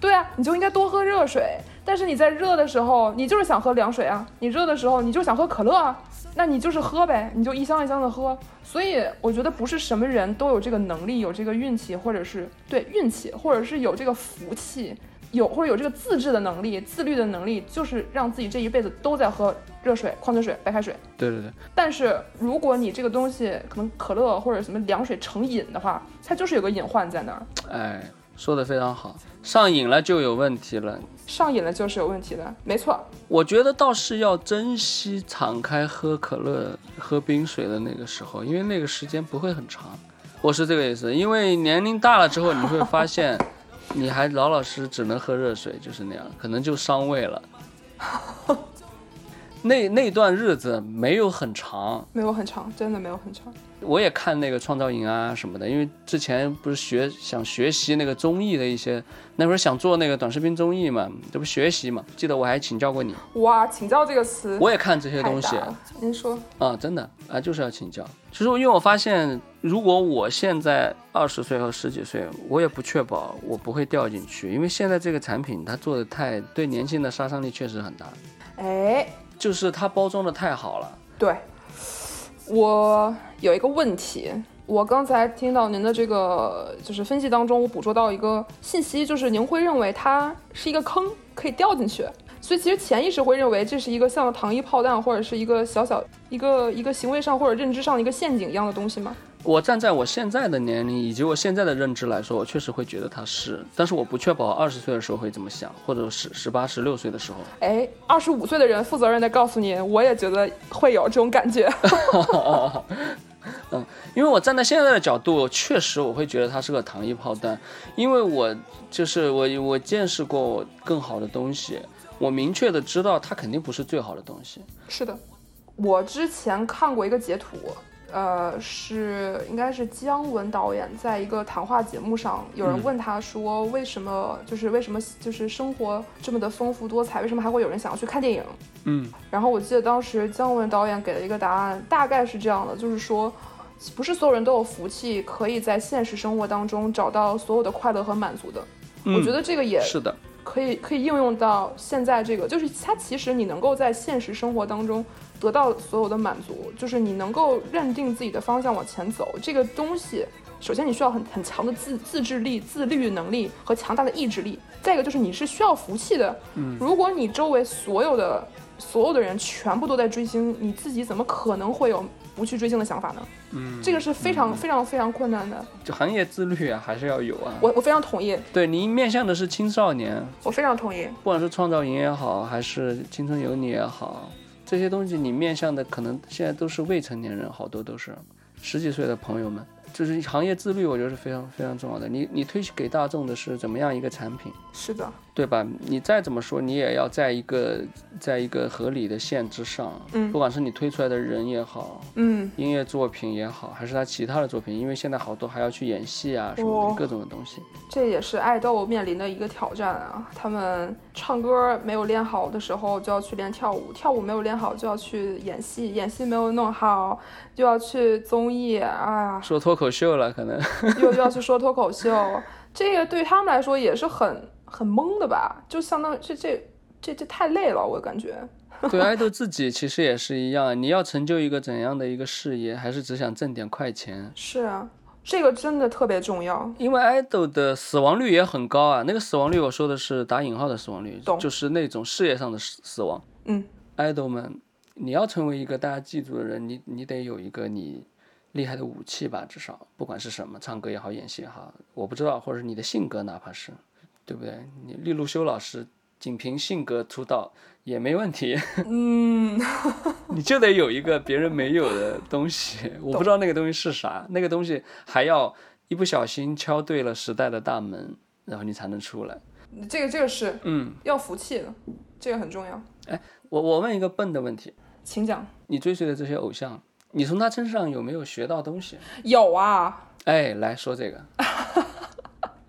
Speaker 2: 对啊，你就应该多喝热水。但是你在热的时候，你就是想喝凉水啊；你热的时候，你就想喝可乐啊。那你就是喝呗，你就一箱一箱的喝。所以我觉得不是什么人都有这个能力，有这个运气，或者是对运气，或者是有这个福气，有或者有这个自制的能力、自律的能力，就是让自己这一辈子都在喝热水、矿泉水、白开水。
Speaker 1: 对对对，
Speaker 2: 但是如果你这个东西可能可乐或者什么凉水成瘾的话，它就是有个隐患在那儿，
Speaker 1: 哎，说的非常好，上瘾了就有问题了。
Speaker 2: 上瘾了就是有问题的，没错。
Speaker 1: 我觉得倒是要珍惜敞开喝可乐、喝冰水的那个时候，因为那个时间不会很长。我是这个意思，因为年龄大了之后，你会发现，你还老老实实只能喝热水，就是那样，可能就伤胃了。那那段日子没有很长，
Speaker 2: 没有很长，真的没有很长。
Speaker 1: 我也看那个创造营啊什么的，因为之前不是学想学习那个综艺的一些，那会儿想做那个短视频综艺嘛，这不学习嘛？记得我还请教过你，
Speaker 2: 哇，请教这个词
Speaker 1: 我也看这些
Speaker 2: 太
Speaker 1: 东西
Speaker 2: 大，了。您说，
Speaker 1: 啊，真的啊，就是要请教。其实我因为我发现，如果我现在二十岁和十几岁，我也不确保我不会掉进去，因为现在这个产品它做的太对年轻的杀伤力确实很大，
Speaker 2: 哎，
Speaker 1: 就是它包装的太好了。
Speaker 2: 对，我有一个问题。我刚才听到您的这个就是分析当中，我捕捉到一个信息，就是您会认为它是一个坑，可以掉进去。所以其实潜意识会认为这是一个像糖衣炮弹，或者是一个小小一个一个行为上或者认知上的一个陷阱一样的东西吗？
Speaker 1: 我站在我现在的年龄以及我现在的认知来说，我确实会觉得它是，但是我不确保二十岁的时候会怎么想，或者十十八、十六岁的时候。
Speaker 2: 哎，二十五岁的人负责任的告诉您，我也觉得会有这种感觉。
Speaker 1: 嗯因为我站在现在的角度，确实我会觉得它是个糖衣炮弹，因为我就是我我见识过更好的东西，我明确的知道它肯定不是最好的东西。
Speaker 2: 是的，我之前看过一个截图，呃，是应该是姜文导演在一个谈话节目上，有人问他说，为什么、就是为什么就是生活这么的丰富多彩，为什么还会有人想要去看电影？
Speaker 1: 嗯，
Speaker 2: 然后我记得当时姜文导演给了一个答案，大概是这样的，就是说，不是所有人都有福气可以在现实生活当中找到所有的快乐和满足的。我觉得这个也
Speaker 1: 嗯是的，
Speaker 2: 可以可以应用到现在这个，就是它其实你能够在现实生活当中得到所有的满足，就是你能够认定自己的方向往前走。这个东西，首先你需要很很强的自自制力、自律能力和强大的意志力。再一个就是你是需要福气的。嗯，如果你周围所有的所有的人全部都在追星，你自己怎么可能会有不去追星的想法呢？
Speaker 1: 嗯，
Speaker 2: 这个是非常非常非常困难的。
Speaker 1: 就行业自律啊，还是要有啊。
Speaker 2: 我我非常同意，
Speaker 1: 对您面向的是青少年，
Speaker 2: 我非常同意。
Speaker 1: 不管是创造营也好，还是青春有你也好，这些东西你面向的可能现在都是未成年人，好多都是十几岁的朋友们。就是行业自律，我觉得是非常非常重要的。你你推给大众的是怎么样一个产品，
Speaker 2: 是的，
Speaker 1: 对吧？你再怎么说，你也要在一个在一个合理的线之上。
Speaker 2: 嗯
Speaker 1: 不管是你推出来的人也好，
Speaker 2: 嗯，
Speaker 1: 音乐作品也好，还是他其他的作品，因为现在好多还要去演戏啊什么
Speaker 2: 哦
Speaker 1: 的各种的东西。
Speaker 2: 这也是爱豆面临的一个挑战啊。他们唱歌没有练好的时候，就要去练跳舞；跳舞没有练好，就要去演戏；演戏没有弄好，就要去综艺。哎呀，
Speaker 1: 说脱口秀了，可能
Speaker 2: 又又要去说脱口秀，这个对他们来说也是很很懵的吧？就相当于这这这这太累了，我感觉。
Speaker 1: 对爱豆自己其实也是一样。你要成就一个怎样的一个事业，还是只想挣点快钱？
Speaker 2: 是啊，这个真的特别重要。
Speaker 1: 因为爱豆的死亡率也很高啊，那个死亡率我说的是打引号的死亡率
Speaker 2: 懂，
Speaker 1: 就是那种事业上的死死亡。
Speaker 2: 嗯，
Speaker 1: 爱豆们，你要成为一个大家记住的人，你你得有一个你厉害的武器吧，至少不管是什么，唱歌也好，演戏也好，我不知道，或者是你的性格，哪怕是，对不对？你利路修老师仅凭性格出道也没问题，
Speaker 2: 嗯，
Speaker 1: 你就得有一个别人没有的东西，我不知道那个东西是啥，那个东西还要一不小心敲对了时代的大门，然后你才能出来。
Speaker 2: 这个这个是
Speaker 1: 嗯，
Speaker 2: 要服气的，这个很重要。
Speaker 1: 我我问一个笨的问题，
Speaker 2: 请讲。
Speaker 1: 你追随的这些偶像，你从他身上有没有学到东西？
Speaker 2: 有啊，
Speaker 1: 哎，来说这个，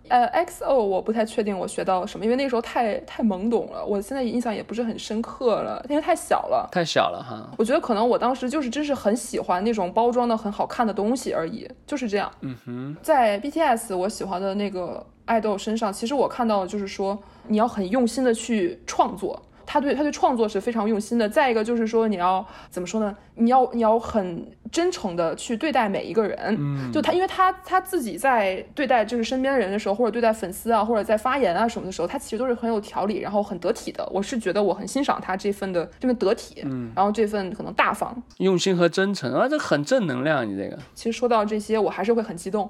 Speaker 2: 呃，XO 我不太确定我学到了什么，因为那个时候太太懵懂了，我现在印象也不是很深刻了，因为太小了。
Speaker 1: 太小了哈。
Speaker 2: 我觉得可能我当时就是真是很喜欢那种包装的很好看的东西而已，就是这样。
Speaker 1: 嗯哼，
Speaker 2: 在 BTS 我喜欢的那个爱豆身上，其实我看到的就是说你要很用心的去创作。他对他对创作是非常用心的。再一个就是说，你要怎么说呢？你要你要很真诚的去对待每一个人。
Speaker 1: 嗯
Speaker 2: 就他，因为他他自己在对待就是身边的人的时候，或者对待粉丝啊，或者在发言啊什么的时候，他其实都是很有条理，然后很得体的。我是觉得我很欣赏他这份的这份得体，嗯，然后这份可能大方。
Speaker 1: 用心和真诚啊，这很正能量，你这个。
Speaker 2: 其实说到这些，我还是会很激动，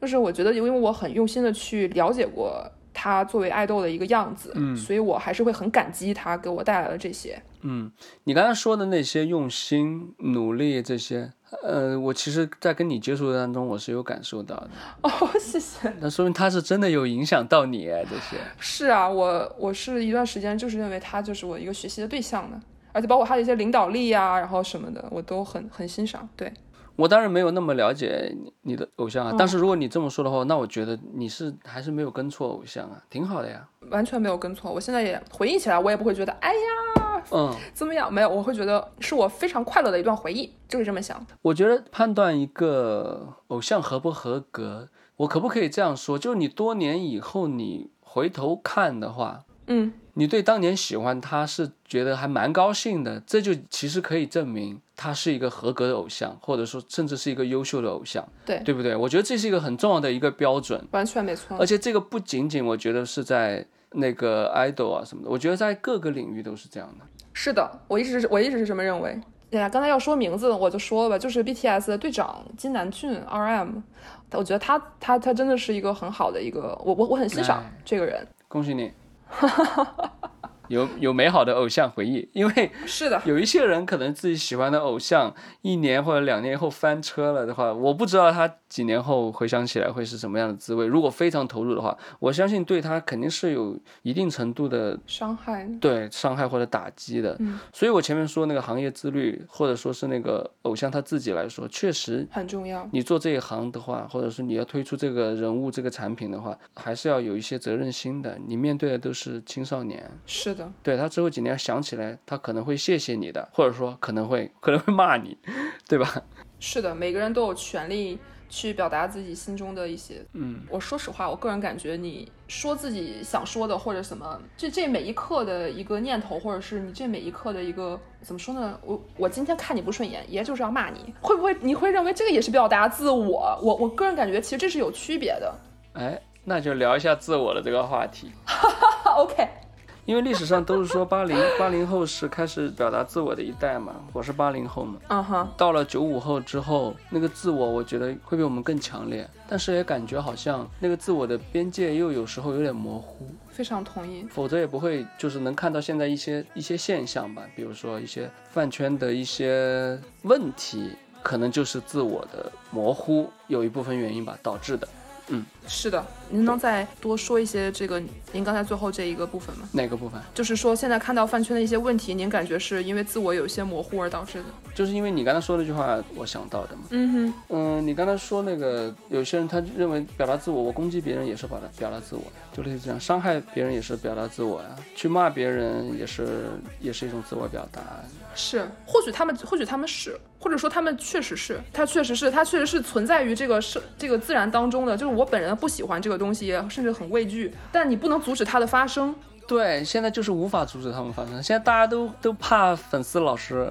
Speaker 2: 就是我觉得因为我很用心的去了解过他作为爱豆的一个样子，嗯，所以我还是会很感激他给我带来的这些。
Speaker 1: 嗯，你刚才说的那些用心、努力这些，呃，我其实，在跟你接触当中，我是有感受到的。
Speaker 2: 哦， 谢谢。
Speaker 1: 那说明他是真的有影响到你哎这些。
Speaker 2: 是啊，我我是一段时间就是认为他就是我一个学习的对象的，而且包括他的一些领导力啊，然后什么的，我都很很欣赏。对，
Speaker 1: 我当然没有那么了解你你的偶像啊，但是如果你这么说的话，那我觉得你是还是没有跟错偶像啊，挺好的呀。
Speaker 2: 完全没有跟错。我现在也回忆起来，我也不会觉得哎呀
Speaker 1: 嗯，
Speaker 2: 怎么样，没有，我会觉得是我非常快乐的一段回忆，就是这么想。
Speaker 1: 我觉得判断一个偶像合不合格，我可不可以这样说？就是你多年以后你回头看的话，
Speaker 2: 嗯，
Speaker 1: 你对当年喜欢他是觉得还蛮高兴的，这就其实可以证明他是一个合格的偶像，或者说甚至是一个优秀的偶像，
Speaker 2: 对
Speaker 1: 对不对？我觉得这是一个很重要的一个标准。
Speaker 2: 完全没错
Speaker 1: 而。且这个不仅仅我觉得是在那个 idol 啊什么的，我觉得在各个领域都是这样的。
Speaker 2: 是的，我一直是我一直是这么认为。哎呀，刚才要说名字，我就说了吧，就是 BTS 的队长金南俊 RM，我觉得他他他真的是一个很好的一个，我我我很欣赏
Speaker 1: 哎
Speaker 2: 这个人。
Speaker 1: 恭喜你，有有美好的偶像回忆，因为
Speaker 2: 是的，
Speaker 1: 有一些人可能自己喜欢的偶像一年或者两年后翻车了的话，我不知道他几年后回想起来会是什么样的滋味。如果非常投入的话，我相信对他肯定是有一定程度的
Speaker 2: 伤害嗯
Speaker 1: 对伤害或者打击的。所以我前面说那个行业自律，或者说是那个偶像他自己来说，确实
Speaker 2: 很重要。
Speaker 1: 你做这一行的话，或者是你要推出这个人物、这个产品的话，还是要有一些责任心的。你面对的都是青少年，
Speaker 2: 是的，
Speaker 1: 对他之后几年想起来，他可能会谢谢你的，或者说可能会可能会骂你，对吧？
Speaker 2: 是的，每个人都有权利去表达自己心中的一些。
Speaker 1: 嗯，
Speaker 2: 我说实话，我个人感觉，你说自己想说的或者什么，这这每一刻的一个念头，或者是你这每一刻的一个怎么说呢？我我今天看你不顺眼，爷就是要骂你，会不会你会认为这个也是表达自我？我我个人感觉，其实这是有区别的。
Speaker 1: 哎，那就聊一下自我的这个话题。
Speaker 2: 啊，OK，
Speaker 1: 因为历史上都是说八零八零后是开始表达自我的一代嘛，我是八零后嘛。
Speaker 2: 嗯哼，
Speaker 1: 到了九五后之后，那个自我我觉得会比我们更强烈，但是也感觉好像那个自我的边界又有时候有点模糊，
Speaker 2: 非常同意。
Speaker 1: 否则也不会就是能看到现在一些一些现象吧，比如说一些饭圈的一些问题，可能就是自我的模糊有一部分原因吧导致的。
Speaker 2: 是的，您能再多说一些这个您刚才最后这一个部分吗？
Speaker 1: 哪个部分？
Speaker 2: 就是说现在看到饭圈的一些问题，您感觉是因为自我有一些模糊而导致的？
Speaker 1: 就是因为你刚才说那句话，我想到的嘛。
Speaker 2: 嗯哼，
Speaker 1: 嗯，你刚才说那个，有些人他认为表达自我，我攻击别人也是表达表达自我呀，就类似这样，伤害别人也是表达自我呀，去骂别人也是也是一种自我表达。
Speaker 2: 是，或许他们，或许他们是，或者说他们确实是，他确实是，他确实是存在于这个社这个自然当中的。就是我本人不喜欢这个东西，甚至很畏惧，但你不能阻止它的发生。
Speaker 1: 对，现在就是无法阻止他们发生，现在大家都都怕粉丝老师，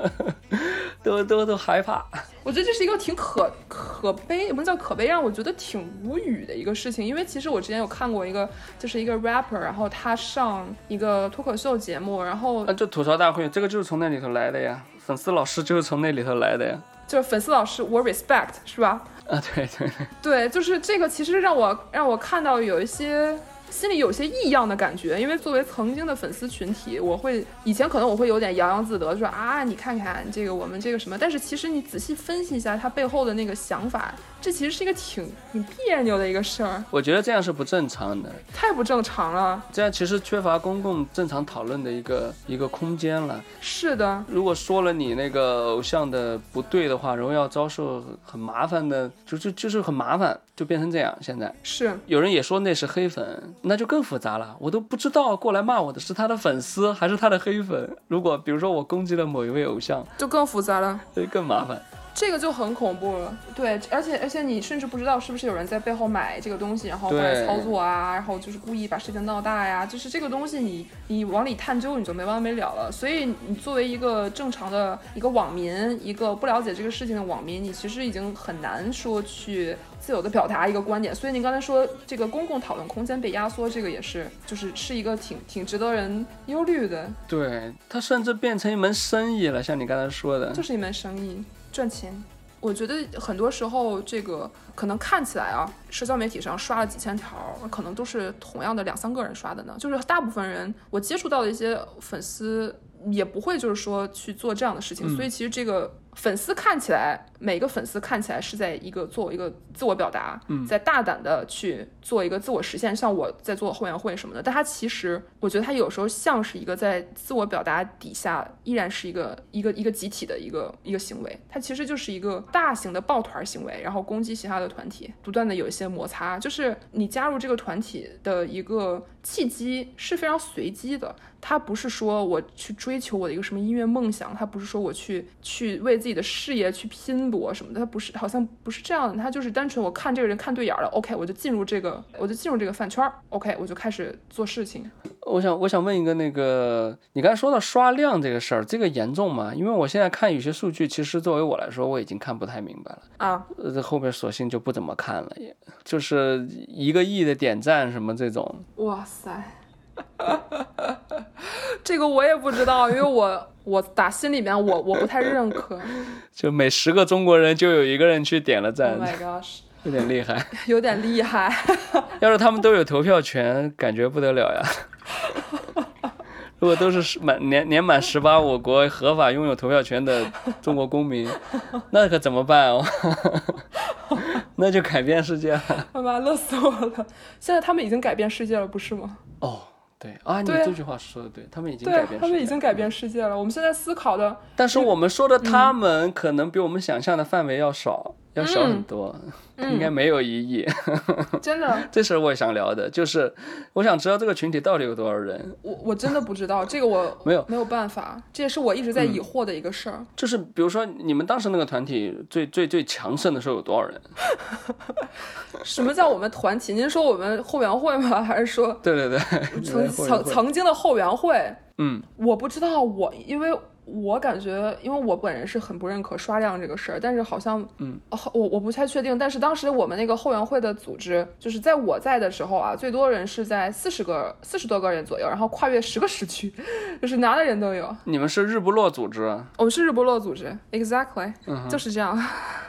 Speaker 1: 都都都害怕。
Speaker 2: 我觉得这是一个挺可可悲，也不能叫可悲，让我觉得挺无语的一个事情。因为其实我之前有看过一个，就是一个 rapper，然后他上一个脱口秀节目，然后呃
Speaker 1: 啊，就吐槽大会，这个就是从那里头来的呀，粉丝老师就是从那里头来的呀。
Speaker 2: 就是粉丝老师，我 respect 是吧？
Speaker 1: 啊，对对对，
Speaker 2: 对，就是这个，其实让我让我看到有一些心里有些异样的感觉，因为作为曾经的粉丝群体，我会以前可能我会有点洋洋自得，说啊，你看看这个我们这个什么，但是其实你仔细分析一下他背后的那个想法，这其实是一个挺挺别扭的一个事儿，
Speaker 1: 我觉得这样是不正常的，
Speaker 2: 太不正常了。
Speaker 1: 这样其实缺乏公共正常讨论的一个一个空间了。
Speaker 2: 是的，
Speaker 1: 如果说了你那个偶像的不对的话，荣耀遭受很麻烦的，就就就是很麻烦，就变成这样。现在
Speaker 2: 是
Speaker 1: 有人也说那是黑粉，那就更复杂了。我都不知道过来骂我的是他的粉丝还是他的黑粉。如果比如说我攻击了某一位偶像，
Speaker 2: 就更复杂了。
Speaker 1: 那就更麻烦。
Speaker 2: 这个就很恐怖了，对，而且而且你甚至不知道是不是有人在背后买这个东西，然后
Speaker 1: 对
Speaker 2: 来操作啊，然后就是故意把事情闹大呀，就是这个东西你你往里探究你就没完没了了。所以你作为一个正常的一个网民，一个不了解这个事情的网民，你其实已经很难说去自由的表达一个观点。所以您刚才说这个公共讨论空间被压缩，这个也是就是是一个挺挺值得人忧虑的，
Speaker 1: 对他甚至变成一门生意了，像你刚才说的
Speaker 2: 就，是一门生意，赚钱。我觉得很多时候，这个可能看起来啊，社交媒体上刷了几千条，可能都是同样的两三个人刷的呢。就是大部分人，我接触到的一些粉丝也不会就是说去做这样的事情，
Speaker 1: 嗯
Speaker 2: 所以其实这个粉丝看起来，每个粉丝看起来是在一个做一个自我表达，
Speaker 1: 嗯
Speaker 2: 在大胆的去做一个自我实现，像我在做后援会什么的，但他其实我觉得他有时候像是一个在自我表达底下，依然是一个一个一个集体的一个一个行为，他其实就是一个大型的抱团行为，然后攻击其他的团体，不断的有一些摩擦，就是你加入这个团体的一个契机是非常随机的，他不是说我去追求我的一个什么音乐梦想，他不是说我去去为自己的事业去拼搏什么的，他不是好像不是这样的，他就是单纯我看这个人看对眼儿了，OK，我就进入这个，我就进入这个饭圈儿，OK，我就开始做事情。
Speaker 1: 我想，我想问一个，那个你刚才说到刷量这个事儿，这个严重吗？因为我现在看有些数据，其实作为我来说，我已经看不太明白了。
Speaker 2: 啊，
Speaker 1: 呃，这后面索性就不怎么看了，也就是一个亿的点赞什么这种。
Speaker 2: 哇塞， 这个我也不知道，因为我 我打心里面我我不太认 可。
Speaker 1: 就每十个中国人就有一个人去点了
Speaker 2: Oh
Speaker 1: 赞，
Speaker 2: my gosh，
Speaker 1: 有点厉害。
Speaker 2: 有点厉害。
Speaker 1: 要是他们都有投票权，感觉不得了呀。 如果都是十满年年满十八，我国合法拥有投票权的中国公民，那可怎么办哦？ 那就改变世界了。
Speaker 2: 他妈乐死我了！现在他们已经改变世界了，不是吗？
Speaker 1: 哦，对啊，你
Speaker 2: 对啊
Speaker 1: 这句话说的对，他们已经改
Speaker 2: 对啊
Speaker 1: 变，
Speaker 2: 他
Speaker 1: 世界
Speaker 2: 们已
Speaker 1: 了。
Speaker 2: 经嗯改变世界了。我们现在思 考的
Speaker 1: 但是我们说的他们，可能比我们想象的范围要少，要小
Speaker 2: 嗯
Speaker 1: 很多，应该没有一亿。
Speaker 2: 真的
Speaker 1: 这事儿我也想聊的，就是我想知道这个群体到底有多少人。
Speaker 2: 我我真的不知道这个我
Speaker 1: 没有
Speaker 2: 没有办法，这也是我一直在疑惑的一个事儿。
Speaker 1: 就是比如说，你们当时那个团体最最最强盛的时候有多少人？嗯
Speaker 2: 什么叫我们团体？您说我们后援会吗？还是说
Speaker 1: 对对对，
Speaker 2: 曾
Speaker 1: 会
Speaker 2: 曾曾经的后援会？
Speaker 1: 嗯，
Speaker 2: 我不知道我，因为我感觉，因为我本人是很不认可刷量这个事儿，但是好像，
Speaker 1: 嗯
Speaker 2: 哦，我我不太确定。但是当时我们那个后援会的组织，就是在我在的时候啊，最多人是在四十个四十多个人左右，然后跨越十个时区， 就是哪的人都有。
Speaker 1: 你们是日不落组织啊，
Speaker 2: 我们是日不落组织，exactly，、
Speaker 1: 嗯哼
Speaker 2: 就是这样。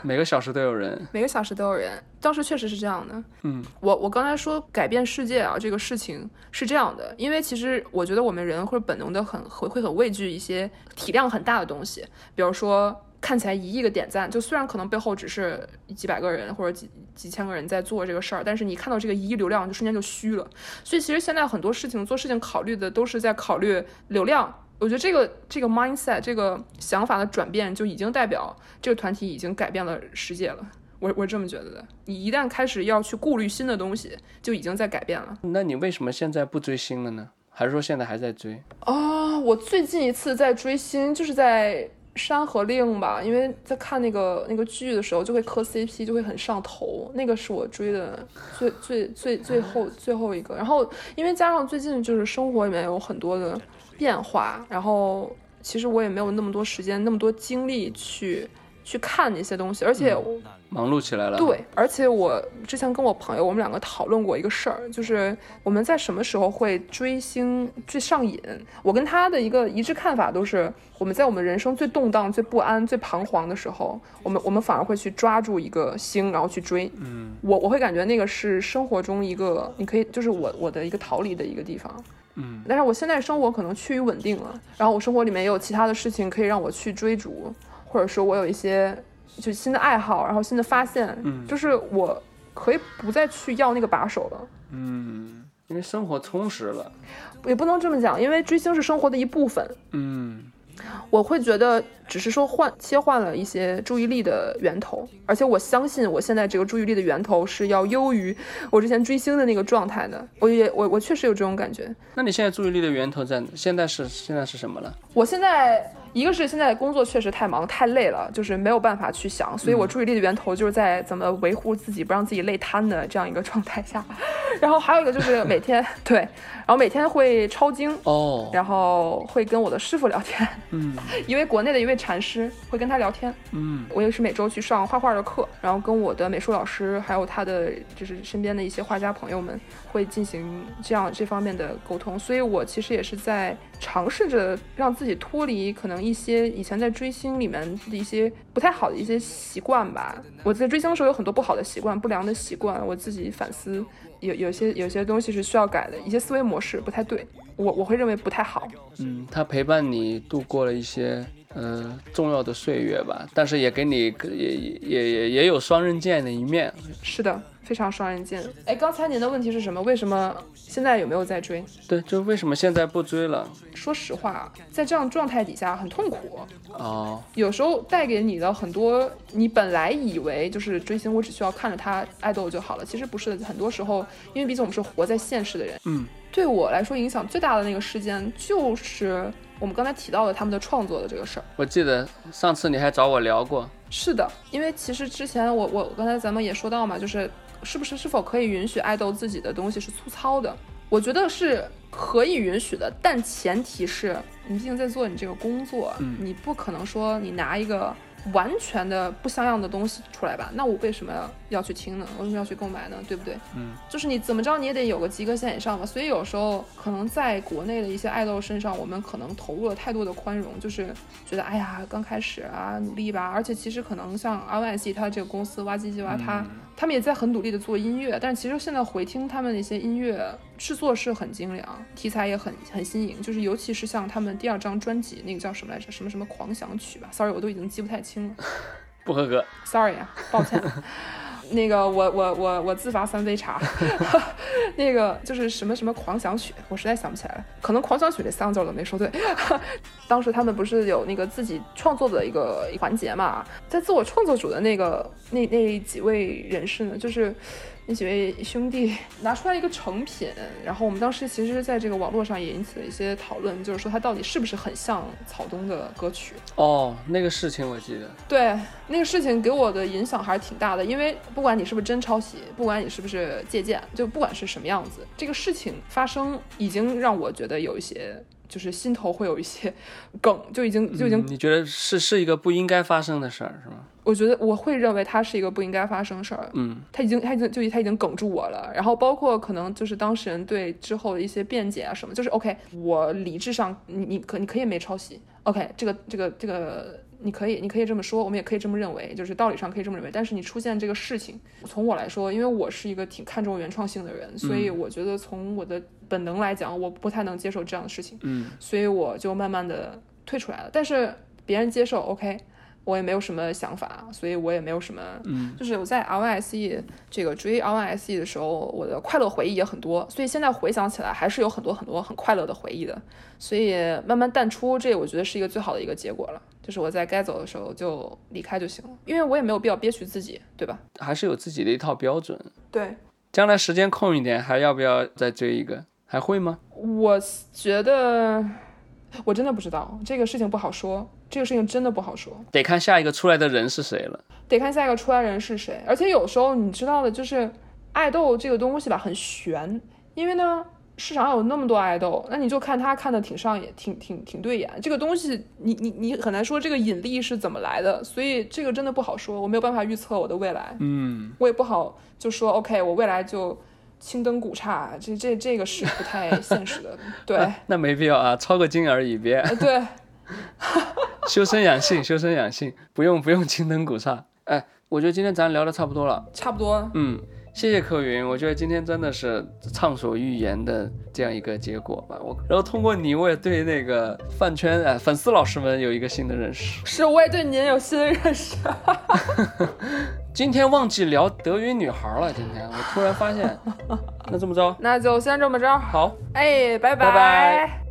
Speaker 1: 每个小时都有人。
Speaker 2: 每个小时都有人。当时确实是这样的。
Speaker 1: 嗯，
Speaker 2: 我我刚才说改变世界啊，这个事情是这样的，因为其实我觉得我们人会本能的很会会很畏惧一些体量很大的东西，比如说。看起来一亿个点赞，就虽然可能背后只是几百个人或者几几千个人在做这个事儿，但是你看到这个一亿流量，就瞬间就虚了。所以其实现在很多事情做事情考虑的都是在考虑流量。我觉得这个这个 mindset 这个想法的转变，就已经代表这个团体已经改变了世界了。我我是这么觉得的。你一旦开始要去顾虑新的东西，就已经在改变了。
Speaker 1: 那你为什么现在不追星了呢？还是说现在还在追？
Speaker 2: 啊，我最近一次在追星就是在《山河令》吧，因为在看那个那个剧的时候，就会磕 CP，就会很上头。那个是我追的最最最最后最后一个。然后因为加上最近就是生活里面有很多的变化，然后其实我也没有那么多时间、那么多精力去去看那些东西，而且我
Speaker 1: 忙碌起来了。，
Speaker 2: 对，而且我之前跟我朋友，我们两个讨论过一个事儿，就是我们在什么时候会追星最上瘾。我跟他的一个一致看法都是，我们在我们人生最动荡、最不安、最彷徨的时候，我们我们反而会去抓住一个星，然后去追。
Speaker 1: 嗯
Speaker 2: 我我会感觉那个是生活中一个，你可以就是我我的一个逃离的一个地方。
Speaker 1: 嗯，
Speaker 2: 但是我现在生活可能趋于稳定了，然后我生活里面也有其他的事情可以让我去追逐，或者说我有一些就新的爱好，然后新的发现，
Speaker 1: 嗯
Speaker 2: 就是我可以不再去要那个把手了。
Speaker 1: 嗯，因为生活充实了。
Speaker 2: 也不能这么讲，因为追星是生活的一部分。
Speaker 1: 嗯
Speaker 2: 我会觉得，只是说换切换了一些注意力的源头，而且我相信我现在这个注意力的源头是要优于我之前追星的那个状态的。我也我我确实有这种感觉。
Speaker 1: 那你现在注意力的源头在哪现在是现在是什么了？
Speaker 2: 我现在一个是现在工作确实太忙太累了，就是没有办法去想，所以我注意力的源头就是在怎么维护自己不让自己累瘫的这样一个状态下，然后还有一个就是每天 对，然后每天会抄经。
Speaker 1: 哦，
Speaker 2: 然后会跟我的师傅聊天，
Speaker 1: 嗯
Speaker 2: 一位国内的一位禅师，会跟他聊天。
Speaker 1: 嗯
Speaker 2: 我也是每周去上画画的课，然后跟我的美术老师，还有他的就是身边的一些画家朋友们，会进行这样这方面的沟通。所以我其实也是在尝试着让自己脱离可能一些以前在追星里面的一些不太好的一些习惯吧。我在追星的时候有很多不好的习惯、不良的习惯，我自己反思，有有些有些东西是需要改的，一些思维模式不太对，我我会认为不太好。
Speaker 1: 嗯，它陪伴你度过了一些呃重要的岁月吧，但是也给你也也也也有双刃剑的一面。
Speaker 2: 是的，非常双刃剑。哎，刚才您的问题是什么？为什么现在有没有在追？
Speaker 1: 对，就为什么现在不追了？
Speaker 2: 说实话，在这样状态底下很痛苦，
Speaker 1: 哦，
Speaker 2: 有时候带给你的很多，你本来以为就是追星，我只需要看着他爱豆就好了，其实不是的。很多时候，因为毕竟我们是活在现实的人，
Speaker 1: 嗯，
Speaker 2: 对我来说影响最大的那个事件就是我们刚才提到的他们的创作的这个事儿。
Speaker 1: 我记得上次你还找我聊过，
Speaker 2: 是的，因为其实之前我我刚才咱们也说到嘛，就是是不是是否可以允许爱豆自己的东西是粗糙的？我觉得是可以允许的，但前提是你毕竟在做你这个工作，
Speaker 1: 嗯
Speaker 2: 你不可能说你拿一个完全的不像样的东西出来吧？那我为什么要去听呢？我为什么要去购买呢？对不对？
Speaker 1: 嗯，
Speaker 2: 就是你怎么着你也得有个及格线以上吧。所以有时候可能在国内的一些爱豆身上，我们可能投入了太多的宽容，就是觉得哎呀刚开始啊努力吧。而且其实可能像 RYC 他这个公司挖机机
Speaker 1: 嗯
Speaker 2: 挖啊他，他们也在很努力的做音乐，但其实现在回听他们的一些音乐制作是很精良，题材也很很新颖，就是尤其是像他们第二张专辑那个叫什么来着，什么什么狂想曲吧，sorry 我都已经记不太清了。
Speaker 1: 不合格。
Speaker 2: Sorry 啊，抱歉。 那个我我我我自罚三杯茶， 那个就是什么什么狂想曲，我实在想不起来了，可能狂想曲这三个字我都没说对。 当时他们不是有那个自己创作的一个环节嘛，在自我创作组的那个那那几位人士呢，就是那几位兄弟拿出来一个成品，然后我们当时其实在这个网络上也引起了一些讨论，就是说它到底是不是很像草东的歌曲，
Speaker 1: 哦，那个事情我记得。
Speaker 2: 对那个事情给我的影响还是挺大的，因为不管你是不是真抄袭，不管你是不是借鉴，就不管是什么样子，这个事情发生已经让我觉得有一些就是心头会有一些 梗，就已经就已经、
Speaker 1: 嗯你觉得是是一个不应该发生的事儿是吗？
Speaker 2: 我觉得我会认为它是一个不应该发生的事儿，
Speaker 1: 嗯，
Speaker 2: 他已经他已经就他已经梗住我了，然后包括可能就是当事人对之后的一些辩解啊什么，就是 OK，我理智上你你可你可以没抄袭，OK，这个这个这个你可以你可以这么说，我们也可以这么认为，就是道理上可以这么认为，但是你出现这个事情，从我来说，因为我是一个挺看重原创性的人，所以我觉得从我的本能来讲，我不太能接受这样的事情，
Speaker 1: 嗯，
Speaker 2: 所以我就慢慢的退出来了，但是别人接受 OK。我也没有什么想法，所以我也没有什么，
Speaker 1: 嗯，
Speaker 2: 就是我在 L Y S E 这个追 L Y S E 的时候，我的快乐回忆也很多，所以现在回想起来还是有很多很多很快乐的回忆的，所以慢慢淡出，这我觉得是一个最好的一个结果了，就是我在该走的时候就离开就行了，因为我也没有必要憋屈自己，对吧？
Speaker 1: 还是有自己的一套标准。
Speaker 2: 对，
Speaker 1: 将来时间空一点，还要不要再追一个？还会吗？
Speaker 2: 我觉得我真的不知道这个事情不好说，这个事情真的不好说，
Speaker 1: 得看下一个出来的人是谁了。
Speaker 2: 得看下一个出来人是谁。而且有时候你知道的，就是爱豆这个东西吧，很悬，因为呢。市场上有那么多爱豆，那你就看他看的挺上眼，挺挺挺对眼。这个东西，你你你很难说这个引力是怎么来的，所以这个真的不好说，我没有办法预测我的未来，
Speaker 1: 嗯，
Speaker 2: 我也不好就说 OK，我未来就青灯古刹，这这这个是不太现实的。对，
Speaker 1: 那那没必要啊，抄个经而已， 别
Speaker 2: 呃对，
Speaker 1: 修身养性，修身养性，不用不用 青灯古刹。哎，我觉得今天咱聊的差不多了，
Speaker 2: 差不多。
Speaker 1: 嗯，谢谢柯云，我觉得今天真的是畅所欲言的这样一个结果吧。我然后通过你，我也对那个饭圈哎粉丝老师们有一个新的认识。
Speaker 2: 是，我也对您有新的认识。
Speaker 1: 今天忘记聊德云女孩了，今天我突然发现，那这么着，
Speaker 2: 那就先这么着，
Speaker 1: 好。
Speaker 2: 哎，拜
Speaker 1: 拜拜